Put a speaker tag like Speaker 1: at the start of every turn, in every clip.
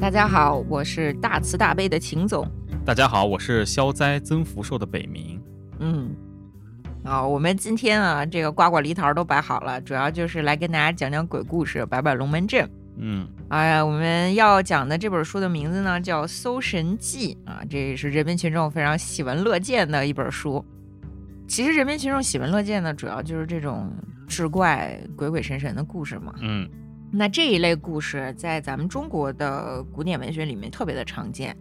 Speaker 1: 大家好，我是大慈大悲的秦总。
Speaker 2: 大家好，我是消灾增福寿的北冥。
Speaker 1: 嗯，啊，我们今天啊，这个瓜果梨桃都摆好了，主要就是来跟大家讲讲鬼故事，摆摆龙门阵。
Speaker 2: 嗯，
Speaker 1: 哎呀，我们要讲的这本书的名字呢叫《搜神记》啊，这是人民群众非常喜闻乐见的一本书。其实人民群众喜闻乐见呢，主要就是这种志怪、鬼鬼神神的故事嘛。
Speaker 2: 嗯，
Speaker 1: 那这一类故事在咱们中国的古典文学里面特别的常见。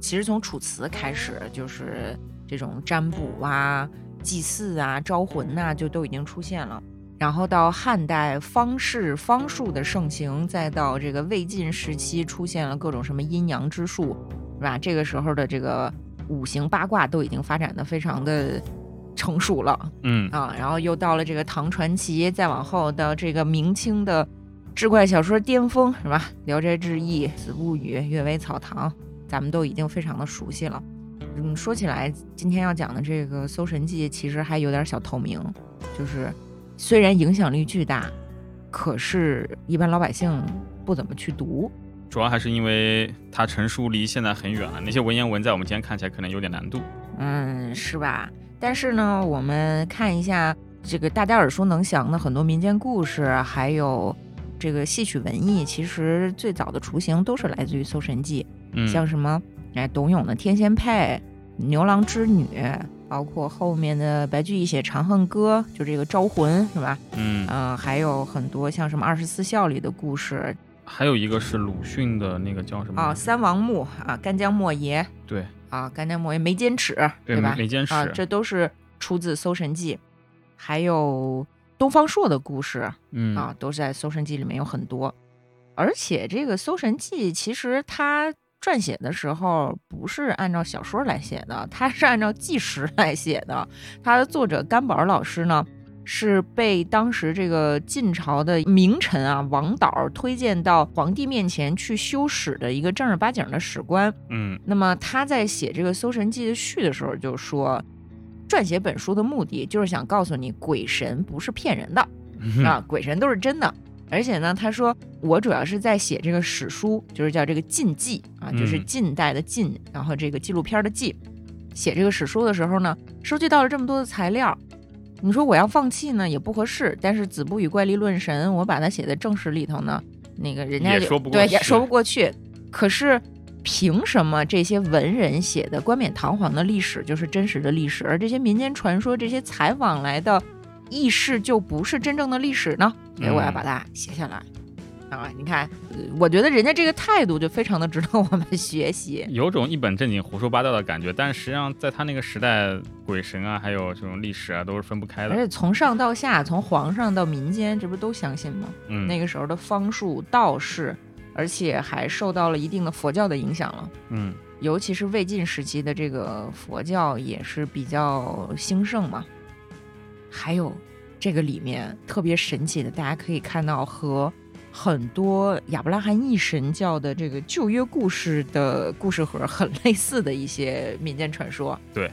Speaker 1: 其实从楚辞开始，就是这种占卜啊、祭祀啊、招魂呐、就都已经出现了。然后到汉代方士方术的盛行，再到这个魏晋时期出现了各种什么阴阳之术，是吧？这个时候的这个五行八卦都已经发展的非常的成熟了。
Speaker 2: 嗯，
Speaker 1: 啊，然后又到了这个唐传奇，再往后到这个明清的志怪小说巅峰，是吧？《聊斋志异》《子不语》《阅微草堂》，咱们都已经非常的熟悉了。嗯，说起来，今天要讲的这个《搜神记》其实还有点小透明，就是虽然影响力巨大，可是一般老百姓不怎么去读。
Speaker 2: 主要还是因为它成书离现在很远了，那些文言文在我们今天看起来可能有点难度。
Speaker 1: 嗯，是吧？但是呢，我们看一下这个大家耳熟能详的很多民间故事，还有这个戏曲文艺，其实最早的雏形都是来自于《搜神记》
Speaker 2: 嗯，
Speaker 1: 像什么哎董永的《天仙配》、牛郎织女，包括后面的白居易写《长恨歌》，就这个招魂是吧？
Speaker 2: 嗯，
Speaker 1: 嗯、还有很多像什么二十四孝里的故事
Speaker 2: 还有一个是鲁迅的那个叫什么？
Speaker 1: 啊，三王墓啊，干将莫邪
Speaker 2: 对
Speaker 1: 啊，干将莫邪眉间尺，
Speaker 2: 对，
Speaker 1: 吧？
Speaker 2: 眉间尺
Speaker 1: 啊，，这都是出自《搜神记》，还有东方朔的故事
Speaker 2: 嗯
Speaker 1: 啊，都是在《搜神记》里面有很多。而且这个《搜神记》其实它撰写的时候不是按照小说来写的，它是按照纪实来写的。它的作者甘宝儿老师呢，是被当时这个晋朝的名臣啊王导推荐到皇帝面前去修史的一个正儿八经的史官。
Speaker 2: 嗯
Speaker 1: 那么他在写这个《搜神记》的序的时候就说，撰写本书的目的就是想告诉你，鬼神不是骗人的
Speaker 2: 嗯
Speaker 1: 啊，鬼神都是真的。而且呢，他说我主要是在写这个史书，就是叫这个晋记啊，就是
Speaker 2: 嗯
Speaker 1: 近代的晋，然后这个纪录片的纪。写这个史书的时候呢，收集到了这么多的材料，你说我要放弃呢也不合适，但是《子不语怪力论神》，我把它写在正史里头呢，那个人家
Speaker 2: 也
Speaker 1: 就
Speaker 2: 说不过
Speaker 1: 对也
Speaker 2: 去
Speaker 1: 说不过去。可是凭什么这些文人写的冠冕堂皇的历史就是真实的历史，而这些民间传说、这些采访来的轶事就不是真正的历史呢？所以我要
Speaker 2: 嗯
Speaker 1: 把它写下来。啊，你看，呃我觉得人家这个态度就非常的值得我们学习。
Speaker 2: 有种一本正经胡说八道的感觉，但实际上在他那个时代，鬼神啊，还有这种历史啊，都是分不开
Speaker 1: 而
Speaker 2: 的。
Speaker 1: 且从上到下，从皇上到民间，这不都相信吗？
Speaker 2: 嗯，
Speaker 1: 那个时候的方术、道士，而且还受到了一定的佛教的影响了。
Speaker 2: 嗯
Speaker 1: 尤其是魏晋时期的这个佛教也是比较兴盛嘛。还有这个里面特别神奇的，大家可以看到和很多亚伯拉罕一神教的这个旧约故事的故事盒很类似的一些民间传说。
Speaker 2: 对，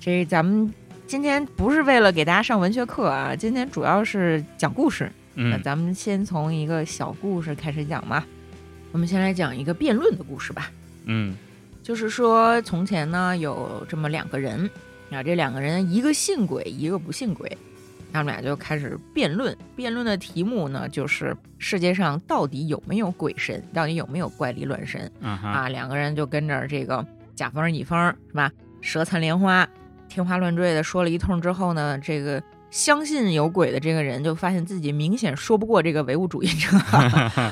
Speaker 1: 这咱们今天不是为了给大家上文学课啊，今天主要是讲故事。那
Speaker 2: 嗯
Speaker 1: 咱们先从一个小故事开始讲吧。我们先来讲一个辩论的故事吧。
Speaker 2: 嗯
Speaker 1: 就是说，从前呢有这么两个人，啊，这两个人一个信鬼，一个不信鬼，他们俩就开始辩论。辩论的题目呢，就是世界上到底有没有鬼神，到底有没有怪力乱神
Speaker 2: 啊哈，
Speaker 1: 啊？两个人就跟着这个甲方乙方是吧，舌灿莲花，天花乱坠的说了一通之后呢，这个。相信有鬼的这个人就发现自己明显说不过这个唯物主义 者，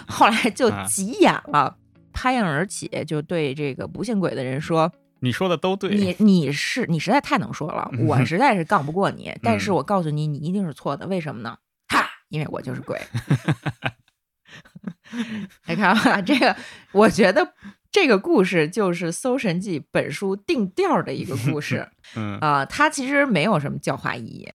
Speaker 1: 后来就
Speaker 2: 啊
Speaker 1: 急眼了，拍案而起，就对这个不信鬼的人说：“
Speaker 2: 你说的都对。
Speaker 1: 你你是你实在太能说了，我实在是杠不过你。但是我告诉你，你一定是错的。为什么呢？哈，因为我就是鬼。你看啊，这个我觉得这个故事就是《搜神记》本书定调的一个故事
Speaker 2: 嗯
Speaker 1: 啊、它其实没有什么教化意义，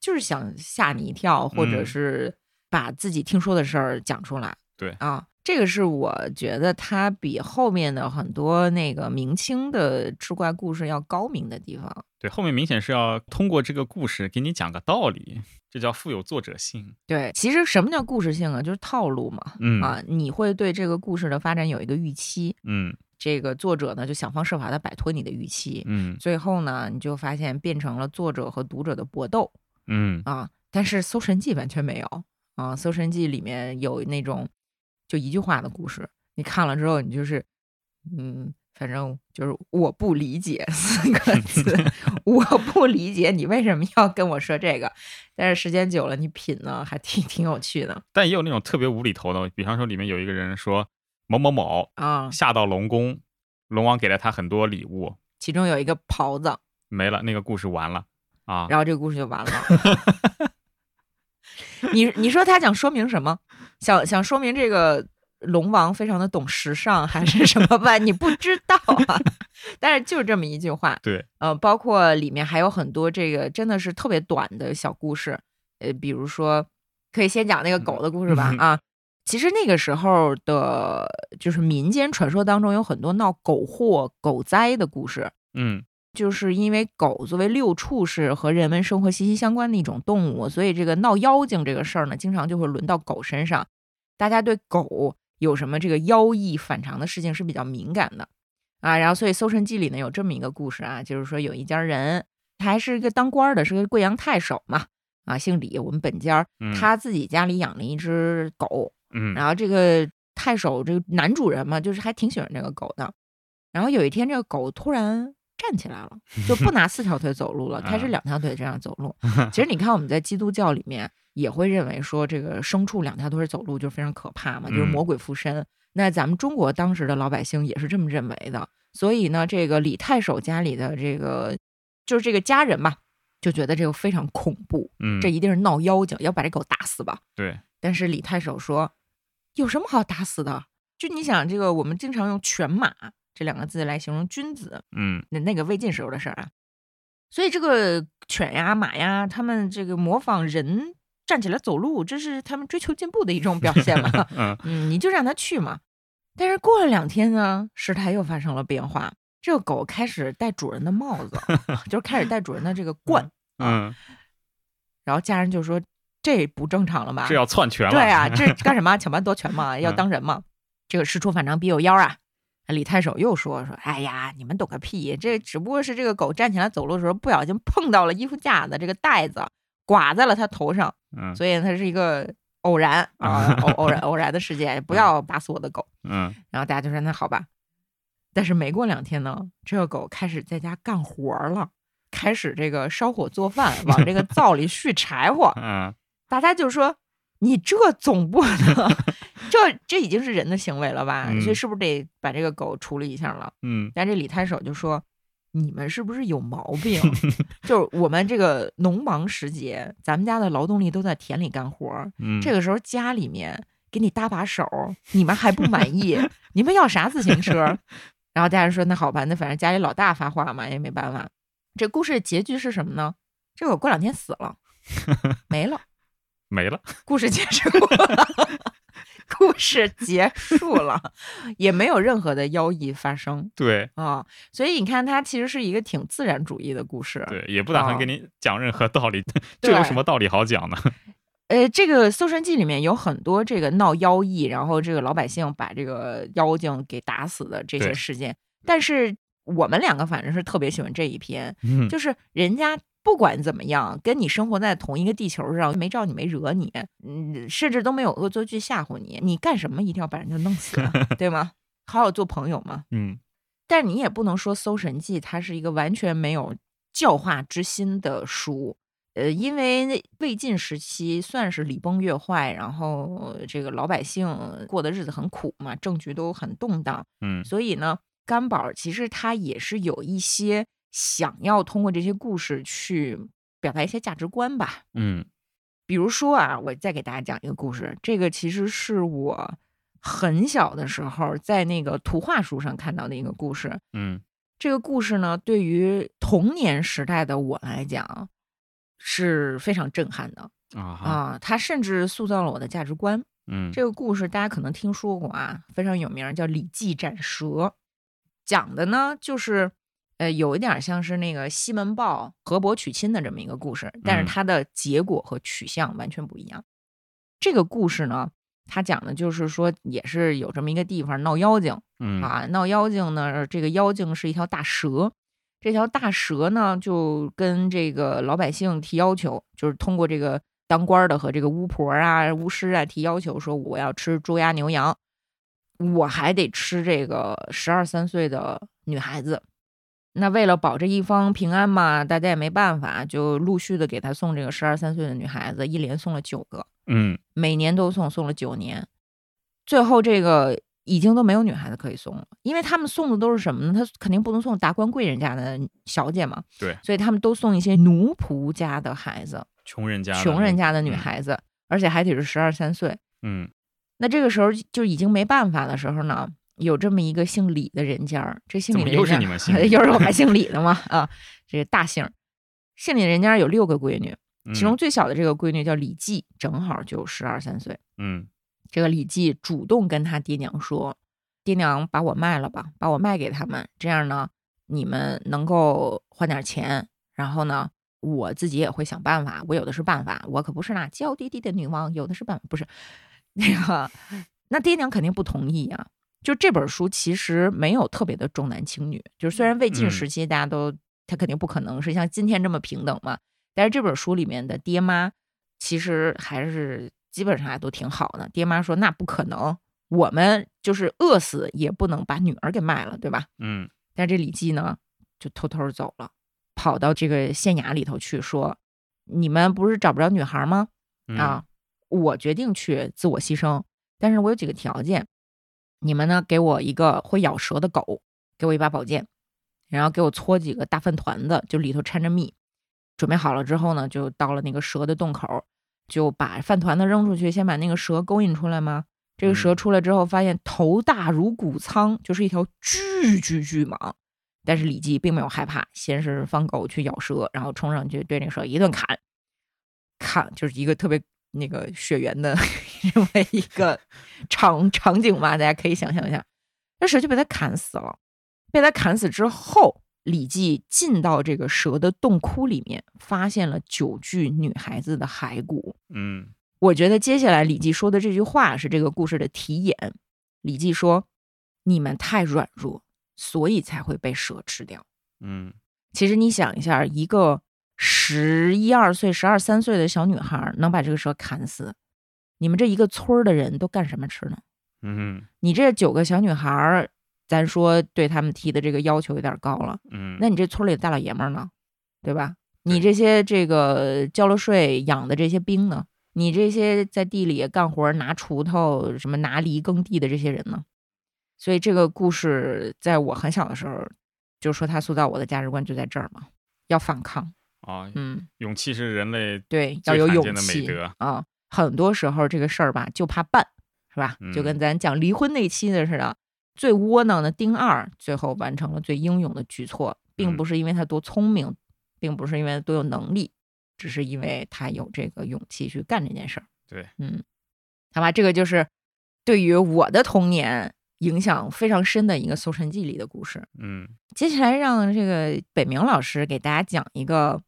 Speaker 1: 就是想吓你一跳，或者
Speaker 2: 嗯
Speaker 1: 是把自己听说的事儿讲出来。
Speaker 2: 对
Speaker 1: 啊，这个是我觉得它比后面的很多那个明清的志怪故事要高明的地方。
Speaker 2: 对，后面明显是要通过这个故事给你讲个道理，这叫富有作者性。
Speaker 1: 对，其实什么叫故事性啊？就是套路嘛。
Speaker 2: 嗯
Speaker 1: 啊，你会对这个故事的发展有一个预期，
Speaker 2: 嗯
Speaker 1: 这个作者呢就想方设法的摆脱你的预期，
Speaker 2: 嗯
Speaker 1: 最后呢你就发现变成了作者和读者的搏斗
Speaker 2: 嗯
Speaker 1: 啊。但是《搜神记》完全没有啊，《搜神记》里面有那种就一句话的故事，你看了之后你就是嗯。反正就是我不理解四个字，我不理解你为什么要跟我说这个。但是时间久了，你品呢还挺挺有趣的
Speaker 2: 但也有那种特别无厘头的，比方说里面有一个人说某某某
Speaker 1: 啊。
Speaker 2: 下到龙宫，龙王给了他很多礼物，
Speaker 1: 其中有一个袍子，
Speaker 2: 没了，那个故事完了啊。
Speaker 1: 然后这个故事就完了。你你说他想说明什么？想想说明这个龙王非常的懂时尚，还是什么吧？你不知道啊。 但是就是这么一句话，
Speaker 2: 对，
Speaker 1: 呃，包括里面还有很多这个真的是特别短的小故事，呃，比如说可以先讲那个狗的故事吧
Speaker 2: 嗯
Speaker 1: 啊。其实那个时候的，就是民间传说当中有很多闹狗祸、狗灾的故事，
Speaker 2: 嗯
Speaker 1: 就是因为狗作为六畜是和人们生活息息相关的一种动物，所以这个闹妖精这个事儿呢，经常就会轮到狗身上。大家对狗有什么这个妖异反常的事情是比较敏感的啊。然后，所以《搜神记》里呢有这么一个故事啊，就是说有一家人，他还是一个当官儿的，是个贵阳太守嘛，啊，姓李，我们本家儿，
Speaker 2: 嗯，
Speaker 1: 他自己家里养了一只狗，
Speaker 2: 嗯
Speaker 1: 然后这个太守这个男主人嘛，就是还挺喜欢这个狗的。然后有一天，这个狗突然站起来了，就不拿四条腿走 路了，它是
Speaker 2: 啊
Speaker 1: 两条腿这样走 路。其实你看，我们在基督教里面也会认为说，这个牲畜两条腿走路就非常可怕嘛，就是
Speaker 2: 嗯
Speaker 1: 魔鬼附身。那咱们中国当时的老百姓也是这么认为的，所以呢，这个李太守家里的这个就是这个家人吧，就觉得这个非常恐怖，
Speaker 2: 嗯
Speaker 1: 这一定是闹妖精，要把这狗打死吧。
Speaker 2: 对，
Speaker 1: 但是李太守说，有什么好打死的？就你想，这个我们经常用“犬马”这两个字来形容君子，
Speaker 2: 嗯
Speaker 1: 那那个魏晋时候的事儿啊。所以这个犬呀、马呀，他们这个模仿人站起来走路，这是他们追求进步的一种表现嘛。
Speaker 2: 嗯
Speaker 1: 嗯，你就让它去嘛。但是过了两天呢，事态又发生了变化，这个狗开始戴主人的帽 子，就是开始戴主人的这个冠，啊
Speaker 2: 嗯，
Speaker 1: 然后家人就说这不正常了吧？
Speaker 2: 这要篡权了。
Speaker 1: 对啊， 这干什么？抢班夺权嘛，要
Speaker 2: 嗯
Speaker 1: 当人嘛。这个事出反常必有妖啊！李太守又说说，哎呀，你们懂个屁！这只不过是这个狗站起来走路的时候不小心碰到了衣服架子这个带子，刮在了它头上，
Speaker 2: 嗯
Speaker 1: 所以它是一个偶 然啊，偶偶然偶然的事件，不要打死我的狗。
Speaker 2: 嗯
Speaker 1: 然后大家就说那好吧。但是没过两天呢，这个狗开始在家干活儿了，开始这个烧火做饭，往这个灶里续柴火。
Speaker 2: 嗯
Speaker 1: 大家就说：“你这总不能， 这这已经是人的行为了吧？
Speaker 2: 嗯
Speaker 1: 所以是不是得把这个狗处理一下了
Speaker 2: 嗯？”
Speaker 1: 但这李太守就说：“你们是不是有毛病？ 就是我们这个农忙时节，咱们家的劳动力都在田里干活儿，
Speaker 2: 嗯，
Speaker 1: 这个时候家里面给你搭把手，你们还不满 意？你们要啥自行车？”然后大家说：“那好吧，那反正家里老大发话嘛，也没办法。”这故事的结局是什么呢？这狗过两天死 了，没了。
Speaker 2: 没了。
Speaker 1: 故事结束 了，故事结束了， 也没有任何的妖异发生
Speaker 2: 对
Speaker 1: 啊、所以你看，它其实是一个挺自然主义的故事。
Speaker 2: 对，也不打算
Speaker 1: 哦
Speaker 2: 给你讲任何道理， 这有什么道理好讲呢？
Speaker 1: 呃，这个《搜神记》里面有很多这个闹妖异，然后这个老百姓把这个妖精给打死的这些
Speaker 2: 对
Speaker 1: 事件，但是我们两个反正是特别喜欢这一篇，
Speaker 2: 嗯
Speaker 1: 就是人家不管怎么样，跟你生活在同一个地球上，没照你没惹你，嗯，甚至都没有恶作剧吓唬你，你干什么一定要把人家弄死啊，对吗？好好做朋友嘛。
Speaker 2: 嗯
Speaker 1: 但是你也不能说《搜神记》它是一个完全没有教化之心的书。呃，因为那魏晋时期算是礼崩乐坏，然后这个老百姓过的日子很苦嘛，政局都很动荡，
Speaker 2: 嗯
Speaker 1: 所以呢，甘宝儿其实他也是有一些想要通过这些故事去表达一些价值观吧。
Speaker 2: 嗯
Speaker 1: 比如说啊，我再给大家讲一个故事，这个其实是我很小的时候在那个图画书上看到的一个故事。
Speaker 2: 嗯
Speaker 1: 这个故事呢，对于童年时代的我来讲是非常震撼的
Speaker 2: 啊哈
Speaker 1: 啊、它甚至塑造了我的价值观。
Speaker 2: 嗯，
Speaker 1: 啊这个故事大家可能听说过啊，非常有名，叫《李记斩蛇》，讲的呢就是，呃，有一点像是那个西门豹河伯娶亲的这么一个故事，但是
Speaker 2: 嗯
Speaker 1: 它的结果和取向完全不一样。这个故事呢，它讲的就是说，也是有这么一个地方闹妖精，
Speaker 2: 嗯，
Speaker 1: 啊，闹妖精呢，这个妖精是一条大蛇，这条大蛇呢就跟这个老百姓提要求，就是通过这个当官儿的和这个巫婆啊、巫师啊提要求，说我要吃猪鸭牛羊，我还得吃这个十二三岁的女孩子。那为了保这一方平安嘛，大家也没办法，就陆续的给他送这个十二三岁的女孩子，一连送了九个。
Speaker 2: 嗯
Speaker 1: 每年都送，送了九年，最后这个已经都没有女孩子可以送了，因为他们送的都是什么呢？他肯定不能送达官贵人家的小姐嘛，
Speaker 2: 对
Speaker 1: 所以他们都送一些奴仆家的孩子，
Speaker 2: 穷人家的
Speaker 1: 穷人
Speaker 2: 那
Speaker 1: 家的女
Speaker 2: 嗯
Speaker 1: 孩子，而且还得是十二三岁。
Speaker 2: 嗯
Speaker 1: 那这个时候就已经没办法的时候呢，有这么一个姓李的人家儿，这姓
Speaker 2: 怎
Speaker 1: 李
Speaker 2: 么
Speaker 1: 的
Speaker 2: 又
Speaker 1: 人
Speaker 2: 是
Speaker 1: 家
Speaker 2: 你们 姓李
Speaker 1: 又是我们姓李的嘛啊，这个大姓儿，姓李的人家儿有六个闺女，
Speaker 2: 嗯，
Speaker 1: 其中最小的这个闺女叫李季，正好就十二三岁。
Speaker 2: 嗯
Speaker 1: 这个李记主动跟他爹娘说：“爹娘，把我卖了吧，把我卖给他们，这样呢，你们能够换点钱。然后呢，我自己也会想办法，我有的是办法，我可不是那娇滴滴的女王，有的是办法，不是那个。那爹娘肯定不同意呀、就这本书其实没有特别的重男轻女，就是虽然魏晋
Speaker 2: 嗯
Speaker 1: 时期大家都，他肯定不可能是像今天这么平等嘛，但是这本书里面的爹妈其实还是基本上还都挺好的。爹妈说那不可能，我们就是饿死也不能把女儿给卖了，对吧？
Speaker 2: 嗯
Speaker 1: 但这李记呢，就偷偷走了，跑到这个县衙里头去说：“你们不是找不着女孩吗？
Speaker 2: 嗯
Speaker 1: 啊，我决定去自我牺牲，但是我有几个条件，你们呢给我一个会咬蛇的狗，给我一把宝剑，然后给我搓几个大饭团子，就里头掺着蜜。准备好了之后呢，就到了那个蛇的洞口，就把饭团子扔出去，先把那个蛇勾引出来吗？这个蛇
Speaker 2: 嗯
Speaker 1: 出来之后，发现头大如谷仓，就是一条巨巨巨蟒。但是李记并没有害怕，先是放狗去咬蛇，然后冲上去对那蛇一顿砍，看就是一个特别那个血缘的 这么一个场场景吧，大家可以想象一下，那蛇就被他砍死了。被他砍死之后，李记进到这个蛇的洞窟里面，发现了九具女孩子的骸骨。
Speaker 2: 嗯
Speaker 1: 我觉得接下来李记说的这句话是这个故事的题眼。李记说：“你们太软弱，所以才会被蛇吃掉。”
Speaker 2: 嗯
Speaker 1: 其实你想一下，一个十一二岁、十二三岁的小女孩儿能把这个蛇砍死，你们这一个村儿的人都干什么吃呢？
Speaker 2: 嗯
Speaker 1: 你这九个小女孩儿，咱说对他们提的这个要求有点高了，
Speaker 2: 嗯，
Speaker 1: 那你这村里的大老爷们儿呢，对吧？
Speaker 2: 对
Speaker 1: 你这些这个交了税养的这些兵呢？你这些在地里干活儿拿锄头、什么拿犁耕地的这些人呢？所以这个故事在我很小的时候，就说他塑造我的价值观就在这儿嘛，要反抗，
Speaker 2: 啊，
Speaker 1: 嗯，
Speaker 2: 勇气是人类
Speaker 1: 对，要
Speaker 2: 最
Speaker 1: 有
Speaker 2: 罕
Speaker 1: 勇
Speaker 2: 见的美
Speaker 1: 气
Speaker 2: 德
Speaker 1: 啊。很多时候这个事儿吧，就怕办，是吧？就跟
Speaker 2: 嗯
Speaker 1: 咱讲离婚那期的似的，最窝囊的丁二最后完成了最英勇的举措，并
Speaker 2: 嗯
Speaker 1: 不是因为他多聪明，并不是因为他多有能力，只是因为他有这个勇气去干这件事儿。
Speaker 2: 对，
Speaker 1: 嗯，好吧，这个就是对于我的童年影响非常深的一个《搜神记》里的故事。
Speaker 2: 嗯
Speaker 1: 接下来让这个北明老师给大家讲一个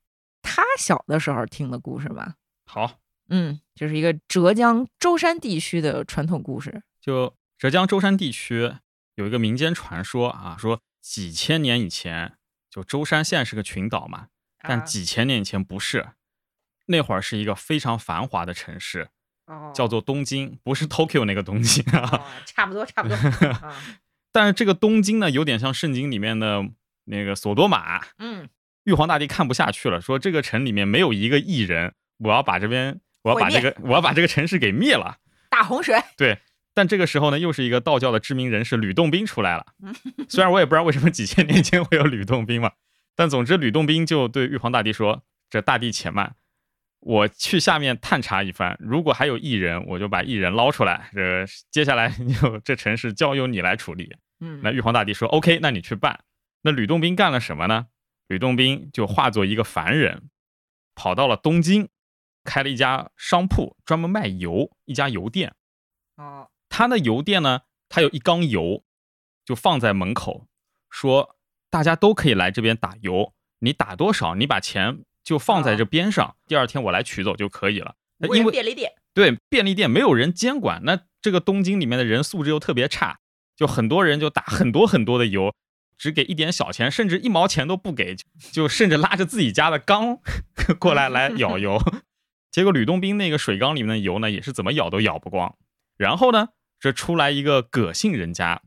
Speaker 1: 他小的时候听的故事吧。
Speaker 2: 好，
Speaker 1: 嗯，就是一个浙江舟山地区的传统故事。
Speaker 2: 就浙江舟山地区有一个民间传说啊，说几千年以前，就舟山现在是个群岛嘛，
Speaker 1: 啊
Speaker 2: 但几千年以前不是，那会儿是一个非常繁华的城市，叫做东京，不是 Tokyo 那个东京啊。
Speaker 1: 哦差不多，差 不多。啊
Speaker 2: 但是这个东京呢，有点像圣经里面的那个索多玛，
Speaker 1: 嗯，
Speaker 2: 玉皇大帝看不下去了，说这个城里面没有一个艺人，我要把这边，我要把这个，我要把这个城市给灭了。
Speaker 1: 大洪水。
Speaker 2: 但这个时候呢，又是一个道教的知名人士吕洞宾出来了。虽然我也不知道为什么几千年前会有吕洞宾嘛，但总之吕洞宾就对玉皇大帝说：“这大帝且慢，我去下面探查一番，如果还有异人，我就把异人捞出来。这接下来 就这城市交由你来处理。”
Speaker 1: 嗯，
Speaker 2: 那玉皇大帝说：“OK，那你去办。”那吕洞宾干了什么呢？吕洞宾就化作一个凡人，跑到了东京，开了一家商铺，专门卖油，一家油店。
Speaker 1: 哦，
Speaker 2: 他的邮电呢，他有一缸油，就放在门口，说大家都可以来这边打油，你打多少，你把钱就放在这边上，第二天我来取走就可以了。那
Speaker 1: 无
Speaker 2: 因
Speaker 1: 人
Speaker 2: 为
Speaker 1: 便利店，
Speaker 2: 对便利店没有人监管，那这个东京里面的人素质又特别差，就很多人就打很多很多的油，只给一点小钱，甚至一毛钱都不给，就就甚至拉着自己家的缸 过来来舀油。 结果吕洞宾那个水缸里面的油呢，也是怎么舀都舀不光。然后呢，这出来一个葛姓人家，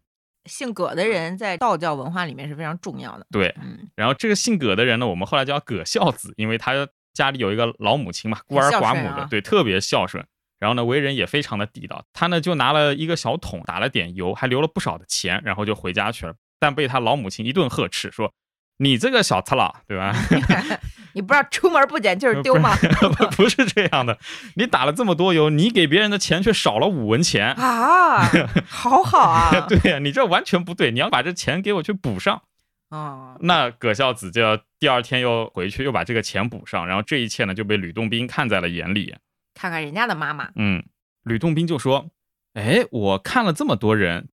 Speaker 1: 姓葛的人在道教文化里面是非常重要的。
Speaker 2: 对，
Speaker 1: 嗯，
Speaker 2: 然后这个姓葛的人呢，我们后来叫葛孝子，因为他家里有一个老母亲嘛，孤儿寡
Speaker 1: 很孝
Speaker 2: 母的，
Speaker 1: 顺啊
Speaker 2: 对，特别孝顺。然后呢，为人也非常的地道。他呢就拿了一个小桶，打了点油，还留了不少的钱，然后就回家去了。但被他老母亲一顿呵斥，说：“你这个小次郎，对吧？
Speaker 1: 嗯 你不知道出门不捡就是丢吗？
Speaker 2: 不是这样的，你打了这么多油，你给别人的钱却少了五文钱，，
Speaker 1: 啊，好好啊
Speaker 2: 对呀、你这完全不对，你要把这钱给我去补上。”
Speaker 1: 哦，
Speaker 2: 那葛孝子就要第二天又回去，又把这个钱补上，然后这一切呢就被吕洞宾看在了眼里。
Speaker 1: 看看人家的妈妈，
Speaker 2: 嗯，吕洞宾就说：“哎，我看了这么多人，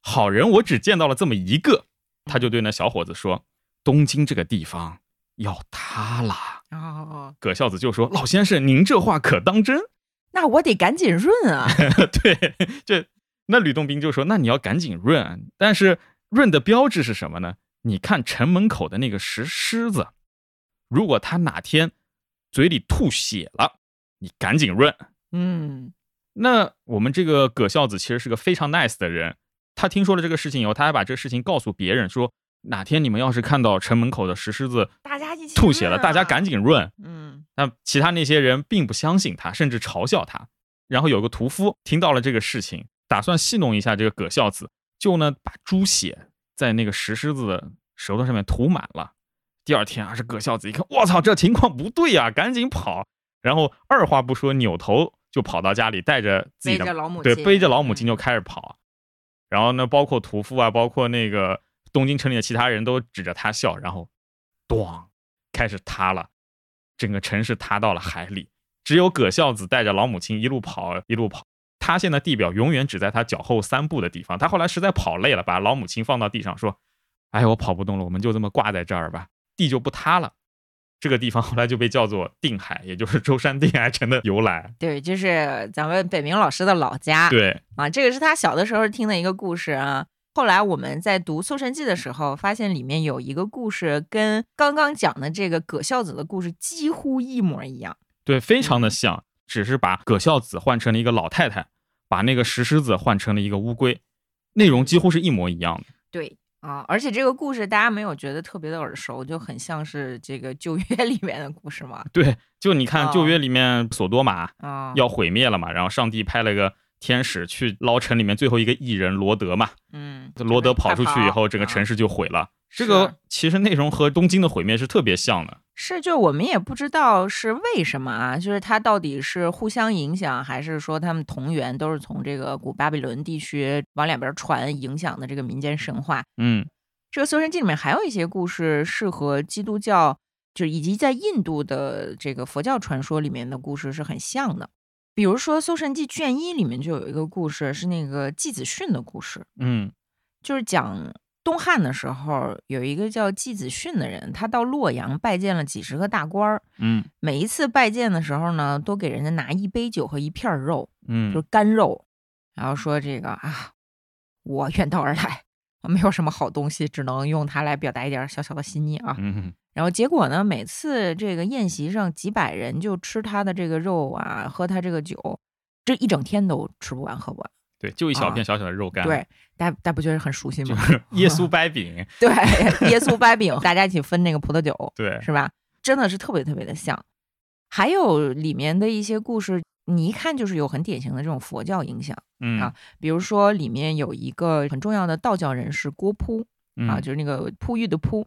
Speaker 2: 好人我只见到了这么一个。”他就对那小伙子说：“东京这个地方要塌了。
Speaker 1: 哦，”
Speaker 2: 葛孝子就说：“老先生，您这话可当真
Speaker 1: 那我得赶紧润 啊，？”
Speaker 2: 对，这那吕洞宾就说：“那你要赶紧润，但是润的标志是什么呢？你看城门口的那个石狮子，如果他哪天嘴里吐血了，你赶紧润。”
Speaker 1: 嗯，
Speaker 2: 那我们这个葛孝子其实是个非常 nice 的人，他听说了这个事情以后，他还把这个事情告诉别人说，哪天你们要是看到城门口的石狮子
Speaker 1: 大家一起
Speaker 2: 吐血了，
Speaker 1: 润啊
Speaker 2: 大家赶紧润。
Speaker 1: 嗯，
Speaker 2: 那其他那些人并不相信他，甚至嘲笑他。然后有个屠夫听到了这个事情，打算戏弄一下这个葛孝子，就呢把猪血在那个石狮子的舌头上面涂满了。第二天啊，这葛孝子一看，我操，这情况不对呀、赶紧跑！然后二话不说，扭头就跑到家里，带着自己
Speaker 1: 背
Speaker 2: 的
Speaker 1: 着老母
Speaker 2: 对，
Speaker 1: 亲，
Speaker 2: 背着老母亲
Speaker 1: 嗯
Speaker 2: 就开始跑。然后呢，包括屠夫啊，包括那个东京城里的其他人都指着他笑，然后咣开始塌了，整个城市塌到了海里。只有葛孝子带着老母亲一路跑一路跑，塌陷的地表永远只在他脚后三步的地方。他后来实在跑累了，把老母亲放到地上说：“哎，我跑不动了，我们就这么挂在这儿吧，地就不塌了。”这个地方后来就被叫做定海，也就是舟山定海城的由来。
Speaker 1: 对，就是咱们北明老师的老家，
Speaker 2: 对，
Speaker 1: 啊，这个是他小的时候听的一个故事啊。后来我们在读《搜神记》的时候，发现里面有一个故事跟刚刚讲的这个葛孝子的故事几乎一模一样。
Speaker 2: 对，非常的像，只是把葛孝子换成了一个老太太，把那个石狮子换成了一个乌龟，内容几乎是一模一样的。
Speaker 1: 对啊，而且这个故事大家没有觉得特别的耳熟，就很像是这个旧约里面的故事嘛。
Speaker 2: 对，就你看
Speaker 1: 哦
Speaker 2: 旧约里面索多玛
Speaker 1: 啊，
Speaker 2: 要毁灭了嘛，然后上帝派了个天使去捞城里面最后一个异人罗德嘛，
Speaker 1: 嗯，
Speaker 2: 罗德跑出去以后，整个城
Speaker 1: 市
Speaker 2: 市就毁了。这
Speaker 1: 嗯是
Speaker 2: 个其实内容和东京的毁灭是特别像的。
Speaker 1: 是就我们也不知道是为什么啊，就是它到底是互相影响，还是说他们同源都是从这个古巴比伦地区往两边传影响的这个民间神话？
Speaker 2: 嗯，
Speaker 1: 这个《搜神记》里面还有一些故事是和基督教，就是以及在印度的这个佛教传说里面的故事是很像的。比如说，《搜神记》卷一里面就有一个故事，是那个季子训的故事，
Speaker 2: 嗯，
Speaker 1: 就是讲东汉的时候有一个叫季子训的人，他到洛阳拜见了几十个大官儿，
Speaker 2: 嗯，
Speaker 1: 每一次拜见的时候呢，都给人家拿一杯酒和一片儿肉，就是
Speaker 2: 嗯，
Speaker 1: 干肉，然后说这个啊，我远道而来，我没有什么好东西，只能用它来表达一点小小的心意啊。
Speaker 2: 嗯，
Speaker 1: 然后结果呢，每次这个宴席上几百人就吃他的这个肉啊，喝他这个酒，这一整天都吃不完喝不完。
Speaker 2: 对，就一小
Speaker 1: 啊
Speaker 2: 片小小的肉干，
Speaker 1: 对，大家大家不觉得很熟悉 吗？
Speaker 2: 耶稣掰饼，
Speaker 1: 对，耶稣掰饼，大家一起分那个葡萄酒。
Speaker 2: 对，
Speaker 1: 是吧？真的是特别特别的像。还有里面的一些故事，你一看就是有很典型的这种佛教影响，
Speaker 2: 嗯
Speaker 1: 啊比如说里面有一个很重要的道教人士郭璞啊，
Speaker 2: 嗯
Speaker 1: 就是那个璞玉的璞。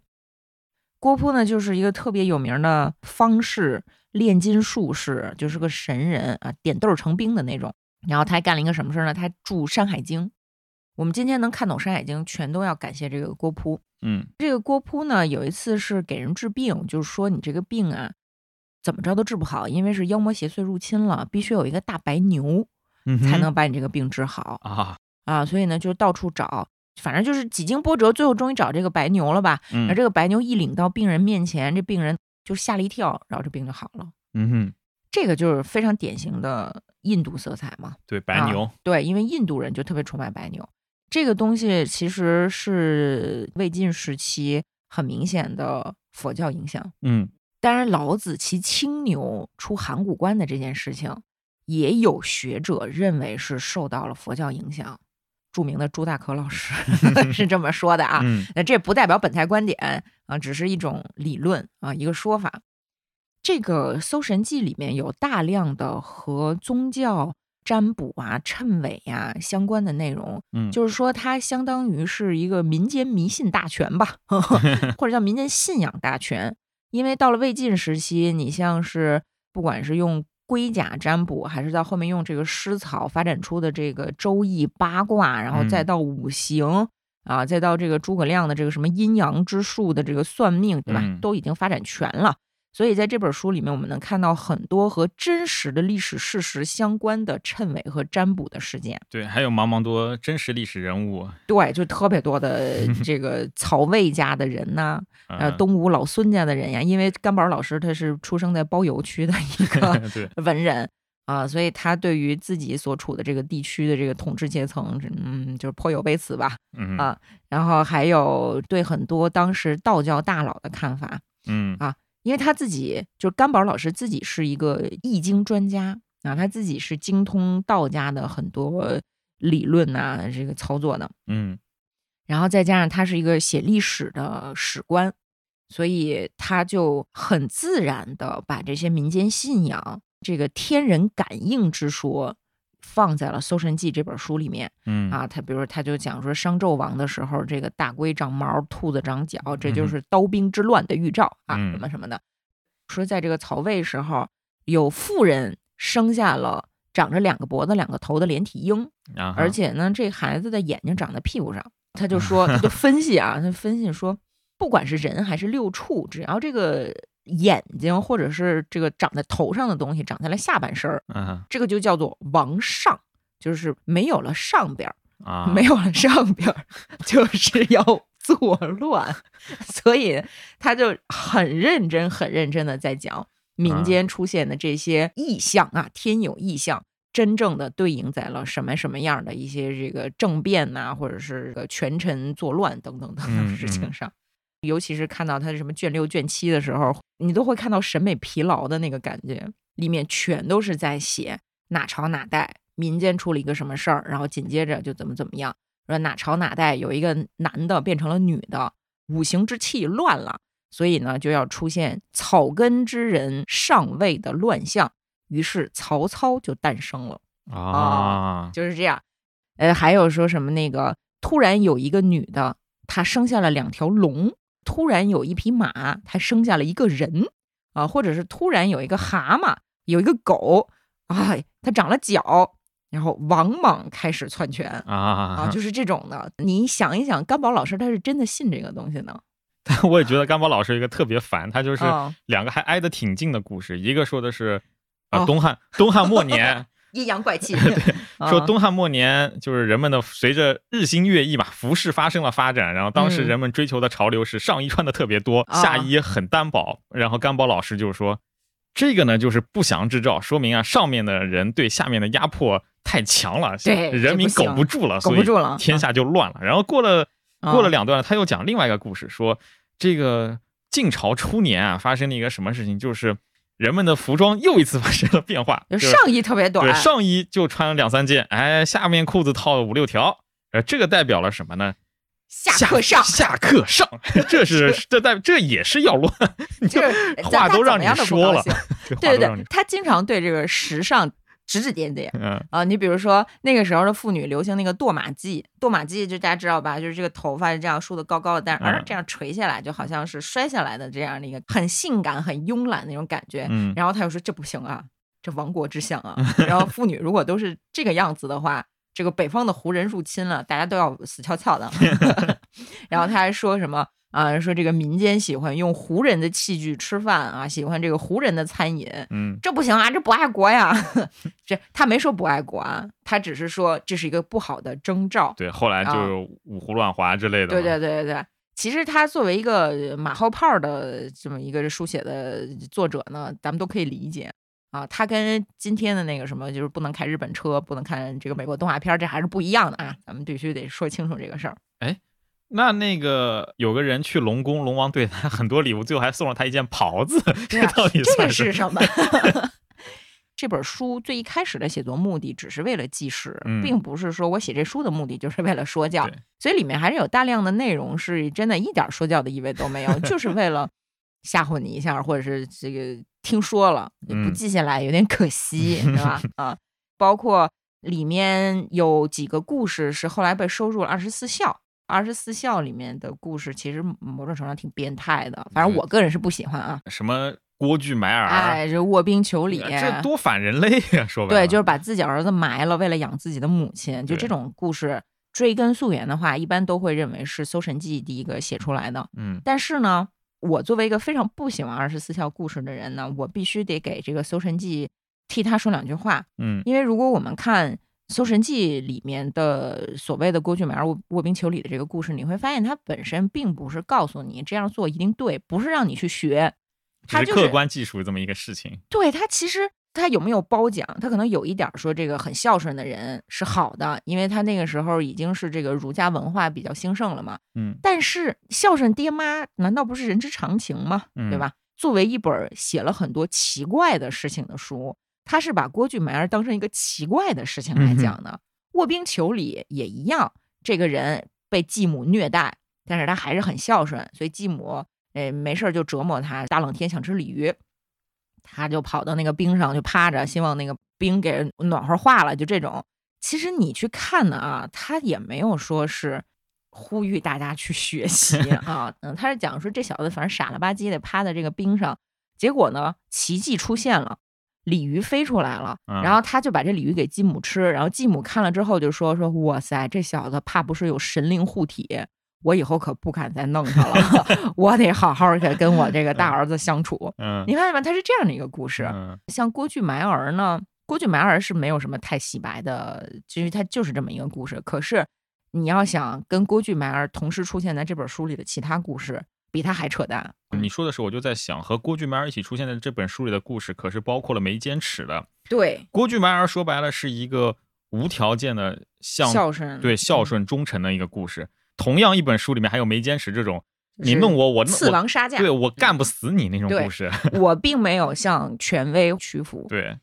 Speaker 1: 郭璞呢，就是一个特别有名的方士、炼金术士，就是个神人啊，点豆儿成兵的那种。然后他还干了一个什么事儿呢？他著《山海经》。我们今天能看懂《山海经》，全都要感谢这个郭璞。
Speaker 2: 嗯
Speaker 1: 这个郭璞呢，有一次是给人治病，就是说你这个病啊，怎么着都治不好，因为是妖魔邪祟入侵了，必须有一个大白牛
Speaker 2: 嗯哼
Speaker 1: 才能把你这个病治好
Speaker 2: 啊，
Speaker 1: 啊。所以呢，就到处找，反正就是几经波折，最后终于找这个白牛了吧。
Speaker 2: 嗯
Speaker 1: 而这个白牛一领到病人面前，这病人就吓了一跳，然后这病就好了。
Speaker 2: 嗯哼，
Speaker 1: 这个就是非常典型的印度色彩嘛。
Speaker 2: 对，白
Speaker 1: 啊
Speaker 2: 牛，
Speaker 1: 对，因为印度人就特别崇拜白牛，这个东西其实是魏晋时期很明显的佛教影响。
Speaker 2: 嗯
Speaker 1: 当然，老子骑青牛出函谷关的这件事情，也有学者认为是受到了佛教影响。著名的朱大可老师是这么说的啊。
Speaker 2: 嗯
Speaker 1: 那这不代表本台观点啊，只是一种理论啊，一个说法。这个《搜神记》里面有大量的和宗教占卜啊、谶纬呀、相关的内容，
Speaker 2: 嗯，
Speaker 1: 就是说它相当于是一个民间迷信大全 吧，或者叫民间信仰大全。因为到了魏晋时期，你像是不管是用龟甲占卜，还是到后面用这个诗草发展出的这个周易八卦，然后再
Speaker 2: 嗯
Speaker 1: 到五行、啊，再到这个诸葛亮的这个什么阴阳之术的这个算命，对吧？
Speaker 2: 嗯
Speaker 1: 都已经发展全了。所以在这本书里面，我们能看到很多和真实的历史事实相关的谶纬和占卜的事件。
Speaker 2: 对，还有茫茫多真实历史人物，
Speaker 1: 对，就特别多的这个曹魏家的人呐、呃，
Speaker 2: 呃，
Speaker 1: 东吴老孙家的人呀，因为甘宝老师他是出生在包邮区的一 个
Speaker 2: 对，
Speaker 1: 文人啊、所以他对于自己所处的这个地区的这个统治阶层，嗯，就是颇有微词吧。
Speaker 2: 嗯
Speaker 1: 啊然后还有对很多当时道教大佬的看法，啊
Speaker 2: 嗯
Speaker 1: 因为他自己就是甘宝老师自己是一个易经专家啊，他自己是精通道家的很多理论呐、这个操作的。
Speaker 2: 嗯
Speaker 1: 然后再加上他是一个写历史的史官，所以他就很自然的把这些民间信仰、这个天人感应之说放在了《搜神记》这本书里面
Speaker 2: 嗯
Speaker 1: 啊。他比如他就讲说商纣王的时候，这个大龟长毛，兔子长角，这就是刀兵之乱的预兆啊，
Speaker 2: 嗯
Speaker 1: 什么什么的。说在这个曹魏时候，有妇人生下了长着两个脖子、两个头的连体婴，
Speaker 2: 啊哈，啊
Speaker 1: 而且呢，这孩子的眼睛长在屁股上，他就说， 他就分析啊，他分析说，不管是人还是六畜，只要这个眼睛或者是这个长在头上的东西长在了下半身儿，
Speaker 2: 啊
Speaker 1: 这个就叫做亡上，就是没有了上边儿，
Speaker 2: 啊，
Speaker 1: 没有了上边儿， 就是要作乱，所以他就很认真、很认真的在讲
Speaker 2: 啊
Speaker 1: 民间出现的这些异象啊，天有异象，真正的对应在了什么什么样的一些这个政变呐、或者是这个权臣作乱等等等等
Speaker 2: 嗯
Speaker 1: 事情
Speaker 2: 嗯
Speaker 1: 上。尤其是看到他什么卷六、卷七的时候，你都会看到审美疲劳的那个感觉，里面全都是在写哪朝哪代民间出了一个什么事儿，然后紧接着就怎么怎么样，说哪朝哪代有一个男的变成了女的，五行之气乱了，所以呢就要出现草根之人上位的乱象，于是曹操就诞生了。
Speaker 2: 啊，
Speaker 1: 就是这样。呃，还有说什么那个，突然有一个女的，她生下了两条龙；突然有一匹马，她生下了一个人啊，或者是突然有一个蛤蟆，有一个狗，哎，它长了角，然后王莽开始篡权。啊，
Speaker 2: 啊，
Speaker 1: 就是这种的。你想一想，甘宝老师他是真的信这个东西呢？
Speaker 2: 我也觉得甘宝老师有一个特别烦，他就是
Speaker 1: 啊
Speaker 2: 两个还挨得挺近的故事，一个说的是。
Speaker 1: 哦
Speaker 2: 呃，东汉东汉末年，
Speaker 1: 阴阳怪 气。
Speaker 2: 说
Speaker 1: 啊
Speaker 2: 东汉末年就是人们的随着日新月异嘛，服饰发生了发展，然后当时
Speaker 1: 嗯
Speaker 2: 人们追求的潮流是上衣穿的特别多，
Speaker 1: 啊
Speaker 2: 下衣很单薄。然后甘宝老师就说，这个呢就是不祥之兆，说明啊上面的人对下面的压迫太强了，
Speaker 1: 对这
Speaker 2: 人民
Speaker 1: 不行
Speaker 2: 苟不住了，
Speaker 1: 苟
Speaker 2: 所
Speaker 1: 不
Speaker 2: 以
Speaker 1: 住了嗯
Speaker 2: 天下就乱了。然后过了过
Speaker 1: 啊
Speaker 2: 了两段，他又讲另外一个故事，说这个晋朝初年啊发生了一个什么事情，就是人们的服装又一次发生了变化，
Speaker 1: 就
Speaker 2: 就是
Speaker 1: 上衣特别短
Speaker 2: 对，，上衣就穿两三件，哎，下面裤子套了五六条，呃，这个代表了什么呢？
Speaker 1: 下课上，
Speaker 2: 下课上， 这是这代这也是要乱，你
Speaker 1: 就
Speaker 2: 就是话都让你说了，这 话
Speaker 1: 对对
Speaker 2: 都让
Speaker 1: 对
Speaker 2: 你，，
Speaker 1: 他经常对这个时尚指指点点
Speaker 2: 嗯
Speaker 1: 啊。你比如说那个时候的妇女流行那个堕马髻，堕马髻就大家知道吧，就是这个头发是这样梳的高高的，但是
Speaker 2: 嗯
Speaker 1: 而这样垂下来，就好像是摔下来的这样的一个很性感、很慵懒的那种感觉。
Speaker 2: 嗯
Speaker 1: 然后他又说这不行啊，这亡国之相啊。然后妇女如果都是这个样子的话，这个北方的胡人入侵了，大家都要死翘翘的。然后他还说什么啊？说这个民间喜欢用胡人的器具吃饭啊，喜欢这个胡人的餐饮，
Speaker 2: 嗯，
Speaker 1: 这不行啊，这不爱国呀。 这他没说不爱国啊，他只是说这是一个不好的征兆。
Speaker 2: 对，后来就
Speaker 1: 啊
Speaker 2: 有五胡乱华之类的嘛，
Speaker 1: 对对对对对。其实他作为一个马后炮的这么一个书写的作者呢，咱们都可以理解啊。他跟今天的那个什么，就是不能开日本车，不能看这个美国动画片儿，这还是不一样的啊。咱们必须得说清楚这个事儿。
Speaker 2: 那那个有个人去龙宫，龙王对他很多礼物，最后还送了他一件袍子，
Speaker 1: 对
Speaker 2: 这
Speaker 1: 啊
Speaker 2: 到底
Speaker 1: 这
Speaker 2: 算
Speaker 1: 个是什么？ 这本书最一开始的写作目的只是为了纪实，
Speaker 2: 嗯
Speaker 1: 并不是说我写这书的目的就是为了说教
Speaker 2: 对，
Speaker 1: 所以里面还是有大量的内容是真的一点说教的意味都没有，就是为了吓唬你一下，或者是这个听说了也不
Speaker 2: 嗯
Speaker 1: 记下来有点可惜，是 吧？啊，包括里面有几个故事是后来被收入了《二十四孝》。二十四孝里面的故事其实某种程度上挺变态的，反正
Speaker 2: 对
Speaker 1: 我个人是不喜欢啊。
Speaker 2: 什么郭巨埋儿，
Speaker 1: 哎，这卧冰求鲤，
Speaker 2: 啊这多反人类呀、说白了，
Speaker 1: 对，就是把自己儿子埋了，为了养自己的母亲，就
Speaker 2: 对
Speaker 1: 这种故事追根溯源的话，一般都会认为是《搜神记》第一个写出来的。
Speaker 2: 嗯
Speaker 1: 但是呢，我作为一个非常不喜欢二十四孝故事的人呢，我必须得给这个《搜神记》替他说两句话，
Speaker 2: 嗯
Speaker 1: 因为如果我们看《搜神记》里面的所谓的郭俊美儿卧卧冰求鲤的这个故事，你会发现它本身并不是告诉你这样做一定对，不是让你去学，
Speaker 2: 只
Speaker 1: 他
Speaker 2: 是
Speaker 1: 就
Speaker 2: 客
Speaker 1: 是
Speaker 2: 观技术这么一个事情，
Speaker 1: 对他其实他有没有褒奖，他可能有一点儿说这个很孝顺的人是好的，因为他那个时候已经是这个儒家文化比较兴盛了嘛。
Speaker 2: 嗯
Speaker 1: 但是孝顺爹妈难道不是人之常情吗？
Speaker 2: 嗯，
Speaker 1: 对？吧？作为一本写了很多奇怪的事情的书，他是把郭巨埋儿当成一个奇怪的事情来讲的。卧冰求鲤也一样，这个人被继母虐待，但是他还是很孝顺，所以继母哎没事儿就折磨他，大冷天想吃鲤鱼，他就跑到那个冰上就趴着，希望那个冰给暖和化了，就这种。其实你去看呢啊，他也没有说是呼吁大家去学习啊，嗯，他是讲说这小子反正傻了吧唧的趴在这个冰上，结果呢奇迹出现了，鲤鱼飞出来了，
Speaker 2: 嗯
Speaker 1: 然后他就把这鲤鱼给继母吃，然后继母看了之后就说说哇塞，这小子怕不是有神灵护体。我以后可不敢再弄他了， 我得好好的跟我这个大儿子相处。
Speaker 2: 嗯，
Speaker 1: 你发现吗？他是啊这样的一个故事。
Speaker 2: 嗯
Speaker 1: 像郭巨埋儿呢，郭巨埋儿是没有什么太洗白的，其实它就是这么一个故事。可是你要想跟郭巨埋儿同时出现在这本书里的其他故事，比他还扯淡。
Speaker 2: 你说的时候我就在想，和郭巨埋儿一起出现在这本书里的故事，可是包括了眉间尺的。
Speaker 1: 对，
Speaker 2: 郭巨埋儿说白了是一个无条件的向
Speaker 1: 孝顺，
Speaker 2: 对孝
Speaker 1: 嗯，
Speaker 2: 顺忠诚的一个故事。同样一本书里面还有眉间尺这种，
Speaker 1: 就是
Speaker 2: 你弄我，我弄
Speaker 1: 刺
Speaker 2: 我
Speaker 1: 狼杀价。
Speaker 2: 对我干不死你那种
Speaker 1: 嗯对
Speaker 2: 故事。
Speaker 1: 我并没有向权威屈服。
Speaker 2: 对，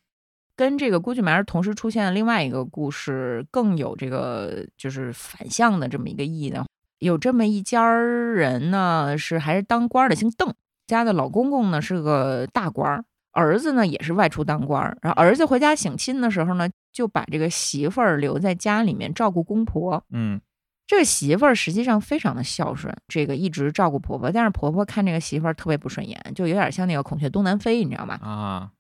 Speaker 1: 跟这个郭巨埋儿同时出现的另外一个故事，更有这个就是反向的这么一个意义呢。有这么一家儿人呢，是还是当官儿的，姓邓，家的老公公呢是个大官儿，儿子呢也是外出当官儿。然后儿子回家省亲的时候呢，就把这个媳妇儿留在家里面照顾公婆。
Speaker 2: 嗯
Speaker 1: 这个媳妇儿实际上非常的孝顺，这个一直照顾婆婆，但是婆婆看这个媳妇儿特别不顺眼，就有点像那个孔雀东南飞，你知道吗？
Speaker 2: 啊，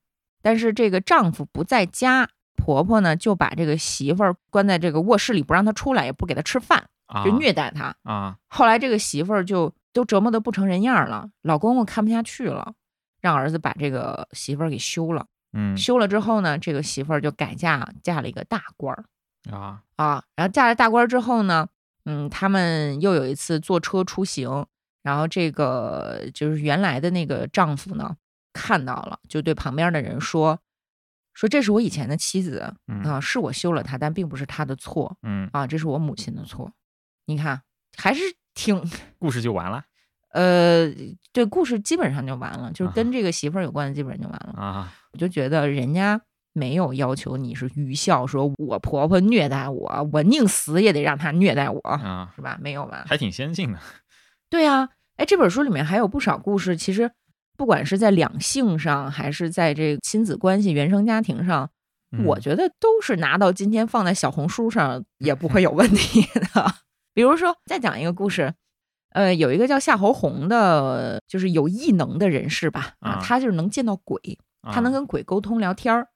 Speaker 1: 但是这个丈夫不在家，婆婆呢就把这个媳妇儿关在这个卧室里，不让她出来，也不给她吃饭，
Speaker 2: 啊
Speaker 1: 就虐待她。
Speaker 2: 啊，
Speaker 1: 后来这个媳妇儿就都折磨得不成人样了，老公公看不下去了，让儿子把这个媳妇儿给休了。
Speaker 2: 嗯
Speaker 1: 休了之后呢，这个媳妇儿就改嫁，嫁了一个大官儿
Speaker 2: 啊，
Speaker 1: 啊。然后嫁了大官儿之后呢，嗯，他们又有一次坐车出行，然后这个就是原来的那个丈夫呢看到了，就对旁边的人说。说这是我以前的妻子
Speaker 2: 嗯
Speaker 1: 啊，是我休了她，但并不是她的错
Speaker 2: 嗯，
Speaker 1: 啊，这是我母亲的错。你看，还是挺
Speaker 2: 故事就完了
Speaker 1: 呃，对，故事基本上就完了，就是
Speaker 2: 啊
Speaker 1: 跟这个媳妇儿有关的，基本上就完了。
Speaker 2: 啊。
Speaker 1: 我就觉得人家没有要求你是愚孝，说我婆婆虐待我，我宁死也得让她虐待我，
Speaker 2: 啊，
Speaker 1: 是吧？没有吧？
Speaker 2: 还挺先进的。
Speaker 1: 对啊，哎，这本书里面还有不少故事，其实不管是在两性上，还是在这个亲子关系、原生家庭上，
Speaker 2: 嗯
Speaker 1: 我觉得都是拿到今天放在小红书上也
Speaker 2: 嗯
Speaker 1: 不会有问题的。比如说，再讲一个故事，呃，有一个叫夏侯红的，就是有异能的人士吧，啊
Speaker 2: 啊，
Speaker 1: 他就是能见到鬼，
Speaker 2: 嗯
Speaker 1: 他能
Speaker 2: 啊
Speaker 1: 跟鬼沟通聊天儿。